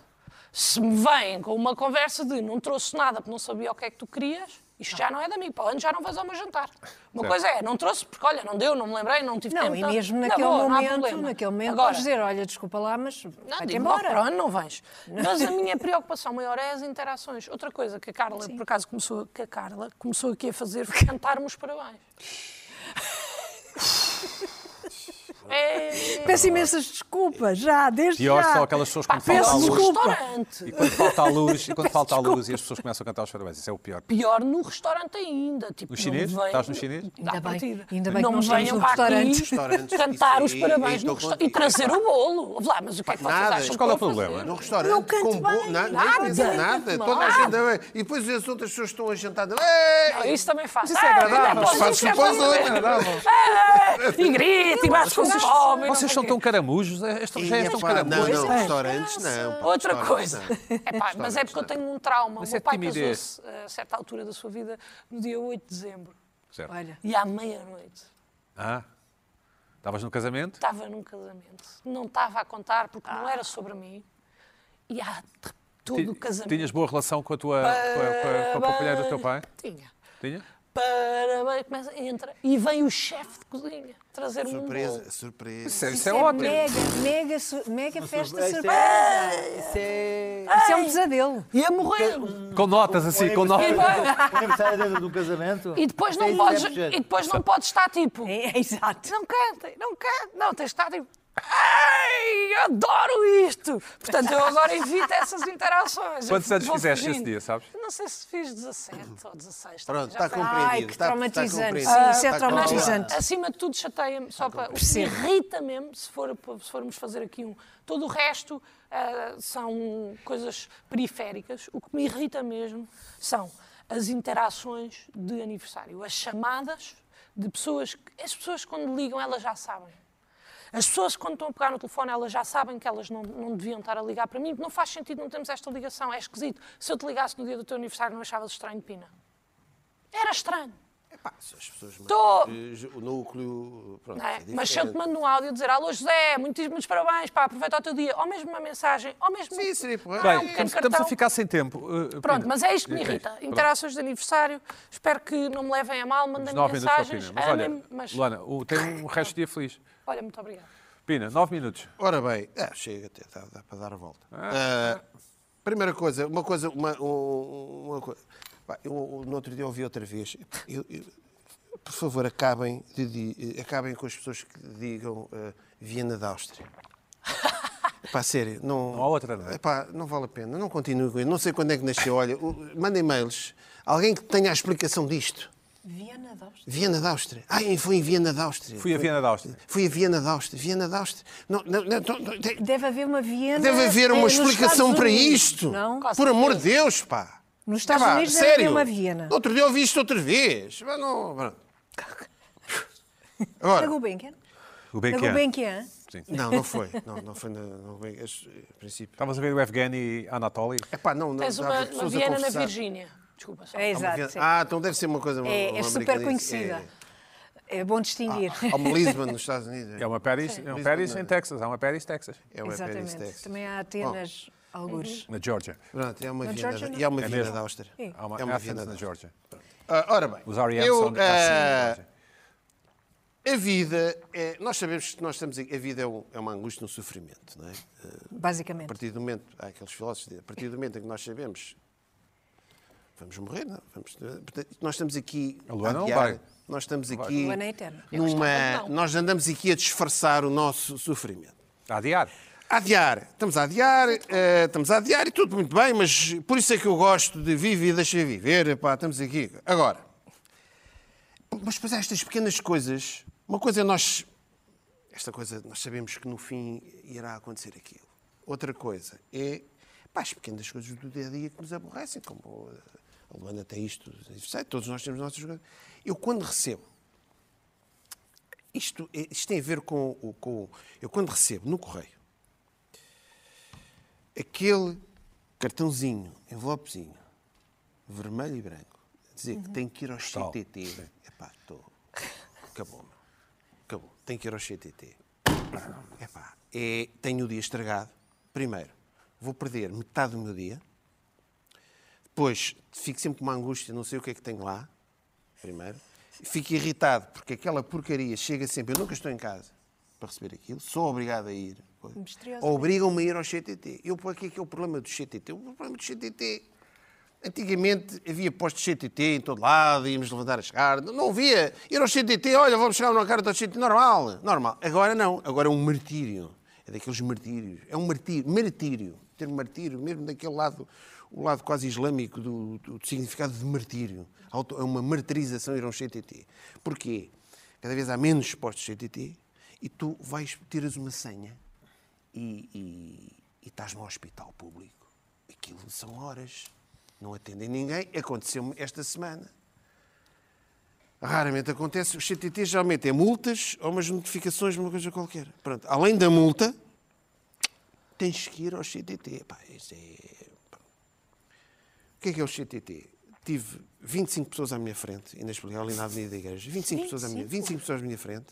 E: se me vêm com uma conversa de não trouxe nada porque não sabia o que é que tu querias, isto já não é de mim. Para o ano já não vais ao meu jantar. Uma
A: Certo.
E: coisa é, não trouxe porque, olha, não deu, não me lembrei, não tive tempo.
B: Não, e
E: tá-
B: mesmo
E: na
B: naquele,
E: boa, não há
B: momento,
E: problema.
B: naquele momento,
E: Agora,
B: podes dizer, olha, desculpa lá, mas
E: não,
B: vai-te
E: digo, embora.
B: embora.
E: Pronto, não vens. Mas a minha preocupação maior é as interações. Outra coisa que a Carla, por acaso, começou, que a Carla começou aqui a fazer foi cantar-me os parabéns. É,
B: Peço imensas desculpas, já, desde
A: Pior
B: já.
A: são aquelas pessoas que quando
B: peço
A: falta a luz.
B: desculpa.
E: restaurante.
A: E quando falta a luz, e quando falta a luz e as pessoas começam a cantar os parabéns. Isso é o pior.
E: Pior no restaurante ainda. Tipo,
A: No chinês?
E: não me
A: Estás no chinês?
E: Ainda
B: Ainda bem- ainda bem
E: não
B: que não
E: me
B: estamos
E: venham
B: no
E: para
B: restaurante.
E: aqui
C: Restaurantes,
E: cantar
C: isso
E: os
C: aí,
E: parabéns
C: estou
E: no resta- e
C: contigo.
E: trazer o bolo. Ouve lá, mas o que é que vocês
C: Nada.
E: acham?
C: Mas
A: qual é o
E: que eu vou
A: problema?
E: fazer?
C: Num restaurante,
B: Não canto
C: com bo-
B: bem,
C: na- nem
B: nada,
C: pensa
B: não
C: nada.
B: canto
C: Toda a
B: mal.
C: gente. é E depois as outras pessoas estão a jantar. Ei,
E: Isso também faz.
A: Isso é agradável.
E: Ah, ainda
C: Faz-se um
E: podes
C: para os
E: dizer-
C: outros.
A: Agradável.
E: E grita, e bate com os homens.
A: Vocês são tão caramujos. Esta já é
C: epá,
A: tão
C: não,
A: caramujos.
C: não, restaurantes não. pá,
E: Outra
C: restaurantes
E: coisa.
C: não.
E: É pá, mas é porque eu tenho um trauma.
A: Mas
E: o meu
A: é
E: pai
A: timidez.
E: casou-se a certa altura da sua vida no dia 8 de dezembro.
A: Certo.
B: Olha,
E: E à meia-noite
A: Ah, estavas no casamento?
E: estava num casamento. Não estava a contar porque não era sobre mim. E há de- todo o
A: Ti-
E: casamento.
A: Tinhas boa relação com a tua com a- com a- com a papilha do teu pai?
E: Tinha.
A: Tinha?
E: Parabéns, começa, entra e vem o chefe de cozinha trazer um bolo.
C: Surpresa, surpresa.
A: Isso é ótimo.
B: mega, mega, su- mega festa
G: Isso
B: surpresa.
G: é- isso é-
B: Isso é um pesadelo.
E: E a morrer.
A: Com notas assim, com
E: E,
A: notas.
E: depois-
G: O aniversário dentro do casamento.
E: e depois
G: Isso
E: não
G: é
E: podes,
G: sempre
E: e
G: jeito.
E: depois não podes estar tipo.
B: É, é exato.
E: Não cantem, não cantem. Não, tens de estar tipo. Ai, adoro isto! Portanto, eu agora evito essas interações. Eu
A: Quantos anos
E: vou
A: fizeste
E: fugindo.
A: esse dia, sabes?
E: Não sei se fiz 17 ou 16.
C: Pronto, tá
E: já
C: está
E: sei.
C: compreendido.
B: Ai, que
C: está- está
B: traumatizante.
C: compreendido.
B: Sim, isso é
C: Está
B: traumatizante.
E: Acima de tudo, chateia-me, só para. Me irrita mesmo se, for- se formos fazer aqui um. Todo o resto ah, são coisas periféricas. O que me irrita mesmo são as interações de aniversário, as chamadas de pessoas. que- As pessoas, quando ligam, elas já sabem. As pessoas, quando estão a pegar no telefone, elas já sabem que elas não, não deviam estar a ligar para mim. Não faz sentido, não temos esta ligação, é esquisito. Se eu te ligasse no dia do teu aniversário, não achavas estranho, Pina? Era estranho.
C: Epá, se as pessoas mais-
E: Tô-
C: eh, O núcleo. Pronto,
E: Não é?
C: é
E: Mas se eu te
C: diferente.
E: mando um áudio a dizer Alô José, muitos, muitos parabéns, pá, aproveita o teu dia, ou mesmo uma mensagem, ou mesmo.
C: Sim, é seria porra.
E: Ah, um
A: Bem,
E: pequeno
A: estamos, estamos a
E: cartão.
A: ficar sem tempo. Uh, uh,
E: Pronto,
A: Pina.
E: mas é isto que me
A: É
E: irrita.
A: isto, pronto.
E: Interações de aniversário, espero que não me levem a mal, mandem
A: Temos nove minutos para a
E: mensagens.
A: Pina. é Mas
E: amem-me,
A: olha,
E: mas-
A: Luana, o- tem um resto de dia feliz.
E: olha, muito obrigada.
A: Pina, nove minutos.
C: Ora bem, ah, chega, até dá, dá para dar a volta. Ah, primeira coisa, uma coisa, uma, um- uma coisa. Pá, Eu, eu no outro dia ouvi outra vez. Eu- eu- por favor, acabem, de, di- eh, acabem com as pessoas que digam ah, Viena da Áustria. Pá, sério, não,
A: Não há outra, não é?
C: Epá, não vale a pena, não continuo com isso. Não sei quando é que nasceu. Olha, o- mandem mails. Alguém que tenha a explicação disto.
B: Viena de Áustria.
C: Viena da Áustria. Ah, foi em Viena da Áustria.
A: Fui a Viena da Áustria.
C: Fui a Viena da Áustria. Viena da Áustria. Não, não, não, não, não, tem-
B: Deve haver uma Viena.
C: Deve haver
B: eh,
C: uma
B: nos
C: explicação
B: Estados
C: para
B: Unidos,
C: isto.
B: Não?
E: Com
C: Por amor de Deus, pá. É
B: Nos Estados
C: Pá,
B: Unidos deve haver
C: sério.
B: uma Viena.
C: Outro dia ouvi isto outra vez. Mas não, pronto. Agora,
B: Na Gulbenkian?
A: O
C: é
B: Na
A: Benquian.
B: Gulbenkian?
C: não, não foi. Não, não foi. na- Não, foi as- a princípio.
A: Estavas a ver o Evgeny Anatoly?
C: É pá, não, não.
E: Tens
C: dava
E: uma,
C: pessoas
E: uma
C: a
E: Viena na
C: conversar.
E: Virgínia. Desculpa, só.
B: É
C: Há uma
B: exato.
C: Viena-
B: sim.
C: Ah, então deve ser uma coisa. uma-
B: É,
C: uma
B: é super
C: americanice.
B: conhecida.
C: É.
B: É bom distinguir.
C: Há uma Lisbon nos Estados Unidos.
A: É uma Paris, é um Paris em Texas. Há uma Paris, Texas.
C: É uma Paris,
B: Exatamente.
C: Texas.
B: Também há Atenas,
C: é
B: alguns.
A: Na Georgia.
C: Pronto, é uma
B: Na
C: Viena,
B: Geórgia não.
C: e há uma
A: É
C: Viena
A: mesmo.
C: da Áustria.
A: Há uma
C: É uma
A: Athens
C: Viena da
A: na Georgia.
C: Ah, ora bem,
A: Os R.E.M.
C: eu,
A: são de
C: ah,
A: Athens.
C: a vida, é, nós sabemos que nós estamos, aqui- a vida é, um- é uma angústia, um sofrimento, não é? A
B: Basicamente.
C: partir do momento, há aqueles filósofos, que dizem, a partir do momento em que nós sabemos vamos morrer, não? é? Vamos, eh, portanto, nós estamos aqui
A: A Luana
C: a
A: não
C: adiar,
A: vai.
C: nós estamos aqui
B: Luana é eterna.
C: numa,
E: não.
C: nós andamos aqui a disfarçar o nosso sofrimento.
A: A Adiar.
C: Adiar, estamos a adiar, eh, estamos a adiar e tudo muito bem, mas por isso é que eu gosto de viver e deixar viver, pá, estamos aqui. Agora, mas depois há estas pequenas coisas, uma coisa é nós, esta coisa, nós sabemos que no fim irá acontecer aquilo. Outra coisa é, pá, as pequenas coisas do dia a dia que nos aborrecem, como eh, a Luana tem isto, sei, todos nós temos nossas coisas. Eu quando recebo isto, eh, isto tem a ver com, o- com. Eu, quando recebo no correio aquele cartãozinho, envelopezinho, vermelho e branco, a dizer que tem que ir ao CTT. Epá, estou. Acabou, meu. Acabou. Tem que ir ao CTT. Epá, é, tenho o dia estragado. Primeiro, vou perder metade do meu dia. Depois, fico sempre com uma angústia, não sei o que é que tenho lá. Primeiro. Fico irritado, porque aquela porcaria chega sempre. Eu nunca estou em casa para receber aquilo, sou obrigado a ir.
B: Misteriosamente.
C: Obrigam-me a ir ao CTT. Eu, para que é que é o problema do CTT? O problema do CTT Antigamente havia postos de CTT em todo lado, íamos levantar as cartas. Não havia. Ir ao CTT, olha, vamos chegar uma carta ao CTT. Normal, normal. Agora não. Agora é um martírio. É daqueles martírios. É um martírio. Martírio. O termo martírio, mesmo daquele lado, o lado quase islâmico do, do- do significado de martírio. Auto- É uma martirização ir ao CTT. Porquê? Cada vez há menos postos de CTT e tu vais, tiras uma senha e, e- e estás no hospital público. Aquilo são horas. Não atendem ninguém. Aconteceu-me esta semana. Raramente acontece. Os CTT geralmente é multas ou umas notificações, uma coisa qualquer. Pronto. Além da multa, tens que ir ao CTT. Pá, isso é... pá. O que é que é o CTT? Tive 25 pessoas à minha frente, ainda expliquei ali na Avenida da Igreja. 25 pessoas à minha, 25 pessoas à minha frente.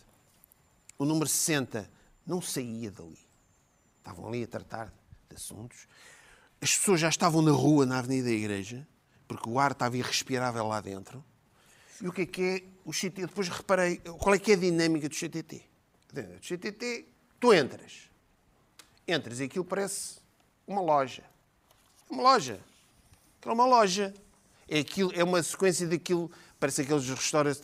C: O número 60 não saía dali estavam ali a tratar de assuntos. As pessoas já estavam na rua, na Avenida da Igreja, porque o ar estava irrespirável lá dentro. E o que é que é o CTT? Depois reparei, qual é que é a dinâmica do CTT? Do CTT, tu entras. Entras e aquilo parece uma loja. É uma loja. Aquilo é uma loja. É, aquilo, é uma sequência daquilo, parece aqueles restaurantes.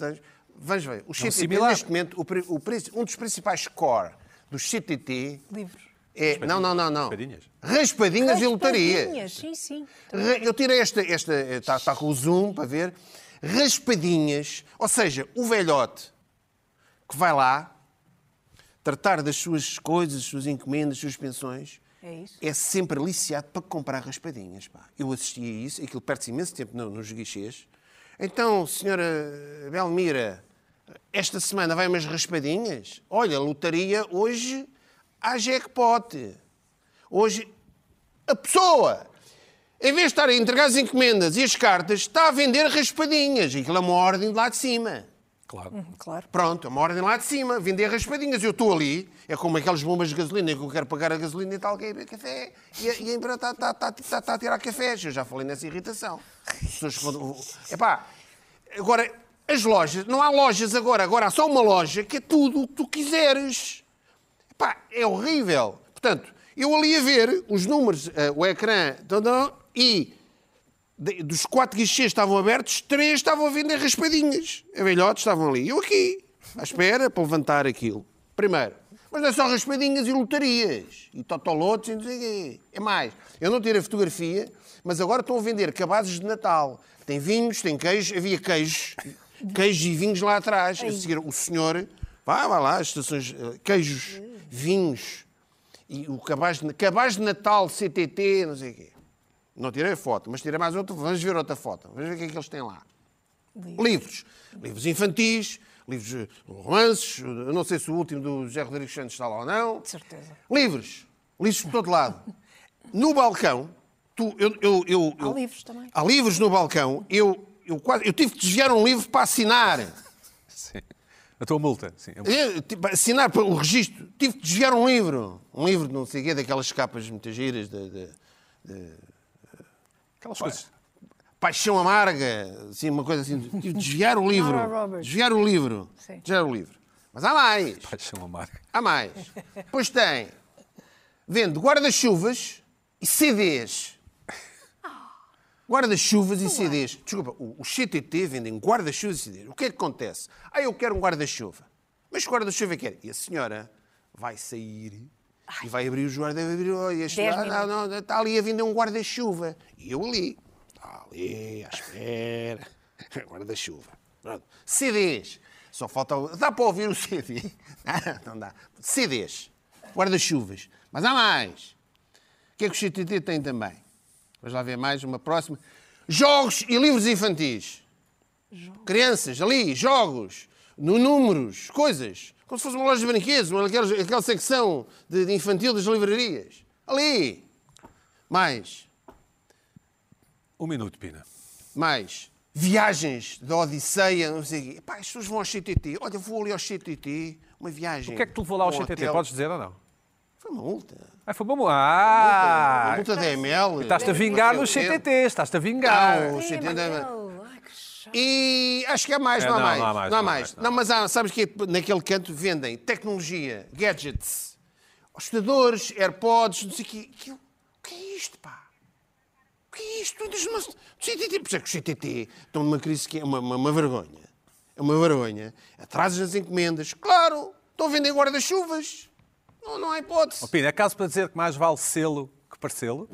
C: Vamos ver, o CTT,
A: É um similar.
C: neste momento, o pri- o princi- um dos principais core do CTT
B: Livros.
C: é, não, não, não, não.
A: Raspadinhas.
C: Raspadinhas e lotarias.
B: Raspadinhas, Sim, sim.
C: Ra- Eu tirei esta, esta está, com o zoom para ver. Raspadinhas, ou seja, o velhote que vai lá tratar das suas coisas, das suas encomendas, das suas pensões,
B: É isso.
C: é sempre aliciado para comprar raspadinhas. pá. Eu assisti a isso, aquilo perde-se imenso tempo no- nos guichês. Então, senhora Belmira, esta semana vai umas raspadinhas? Olha, lotaria hoje há jackpot. Hoje, a pessoa, em vez de estar a entregar as encomendas e as cartas, está a vender raspadinhas. Aquilo é uma ordem de lá de cima.
A: Claro.
B: Claro.
C: Pronto, é uma ordem lá de cima, vender raspadinhas. Eu estou ali, é como aquelas bombas de gasolina é que eu quero pagar a gasolina e tal, alguém beber café e a, e a empresa está tá, tá, tá, tá a tirar cafés. Eu já falei nessa irritação. As pessoas quando- Epá, agora, as lojas, não há lojas agora, agora há só uma loja que é tudo o que tu quiseres. Pá, é horrível. Portanto, eu ali a ver os números, eh, o ecrã, tadã, e de- dos quatro guichês que estavam abertos, três estavam a vender raspadinhas. A velhotes estavam ali. Eu aqui, à espera para levantar aquilo. Primeiro. Mas não é só raspadinhas e lotarias. E totolotes e não sei o quê. É mais. Eu não tirei a fotografia, mas agora estão a vender cabazes de Natal. Tem vinhos, tem queijo. Havia queijos. Queijos e vinhos lá atrás. A seguir, o senhor... Vá, vá lá, as estações... eh, Queijos, vinhos. E o cabaz de, cabaz de Natal, CTT, não sei o quê. Não tirei a foto, mas tirei mais outra. Vamos ver outra foto. Vamos ver o que é que eles têm lá. Livros. Livros infantis, livros eh, romances. Eu não sei se o último do José Rodrigues Santos está lá ou não.
B: De certeza.
C: Livros. Livros por todo lado. No balcão, tu, eu, eu, eu,
B: Há
C: eu-
B: livros também.
C: Há livros no balcão. Eu, eu, quase, eu tive que desviar um livro para assinar.
A: Sim. A tua multa. Sim. é-
C: Eu, tipo, assinar para o registro. Tive que desviar um livro. Um livro de não sei o quê, daquelas capas muito giras. De, de-
A: Aquelas coisas.
C: Paixão Amarga. Assim, uma coisa assim. Tive que desviar o livro.
B: Nora Roberts.
C: Desviar o livro.
B: Sim.
C: Desviar o livro. Mas há mais.
A: Paixão amarga.
C: Há mais. Pois tem. Vende guarda-chuvas e CDs. Guarda-chuvas e CDs. Desculpa, o- os CTT vendem guarda-chuvas e CDs. O que é que acontece? Ah, eu quero um guarda-chuva. Mas que guarda-chuva é que quer? E a senhora vai sair e vai abrir os guarda abrir, olha, este
B: Dez
C: lá, não, não, não, está ali a vender um guarda-chuva. E eu ali. Está ali, à espera. Guarda-chuva. Pronto. CDs. Só falta. o- Dá para ouvir o CD? Não, não dá. CDs. Guarda-chuvas. Mas há mais. O que é que o CTT tem também? Vamos lá ver mais uma próxima. Jogos e livros infantis. Crianças ali, jogos, no números, coisas. Como se fosse uma loja de brinquedos, uma, aquela, aquela secção de, de infantil das livrarias. Ali. Mais,
A: Um minuto, Pina.
C: mais. Viagens da Odisseia, não sei o quê. Pá, as pessoas vão ao CTT. Olha, vou ali ao CTT, uma viagem.
A: O que é que te levou lá ao
C: um
A: CTT?
C: hotel.
A: Podes dizer ou não?
C: Foi uma multa.
A: Ah, foi uma multa. Ah!
C: Uma multa da ML.
A: Estás-te a vingar nos CTTs. Estás-te a vingar.
C: Não, é o CTT da-
B: É, Manuel, ai, que chato.
C: E acho que há mais,
A: É,
C: não, há
A: não,
C: mais,
A: não há mais, não
C: Não há
A: há
C: mais.
A: mais, não.
C: Não, mas há, sabes que naquele canto vendem tecnologia, gadgets, aos estudadores, AirPods, não sei o quê. Aquilo- O que é isto, pá? O que é isto diz uma... CTT, por isso é que os CTT estão numa crise que é uma, uma, uma vergonha. É uma vergonha. Atrasos nas encomendas. Claro, estão a vender guarda-chuvas. Não, não há hipótese.
A: Ó, Pina, é caso para dizer que mais vale selo que parcelo?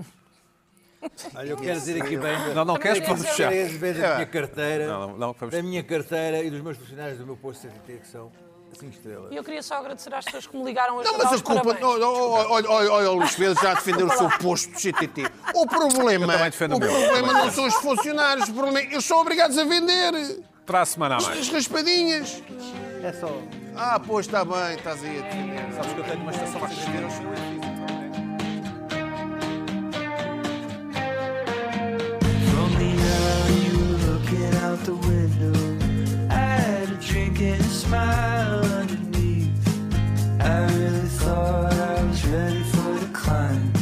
D: Olha, eu quero dizer aqui bem.
A: Não, não queres? Podes fechar.
D: Três vezes
E: É.
D: a minha carteira,
A: Não, não, não, vamos-
D: da minha carteira e dos meus funcionários do meu posto de CTT, que são 5 estrelas.
E: E eu queria só agradecer às pessoas que me ligaram hoje
C: Não,
E: para dar
C: mas a
E: os
C: culpa.
E: parabéns.
C: Olha, olha, olha, olha, o Luís Pedro já defendeu o seu posto de CTT. O problema.
A: Eu também defendo o
C: o
A: meu.
C: problema não são os funcionários, o problema é eles são obrigados a vender
A: Para a semana a mais.
C: as raspadinhas.
G: É só.
C: Ah, pois está bem, estás aí a defender.
A: Sabes que eu tenho uma estação para receber aos
H: From the aisle, you were looking out the window. I had a drink and a smile underneath. I really thought I was ready for the climb.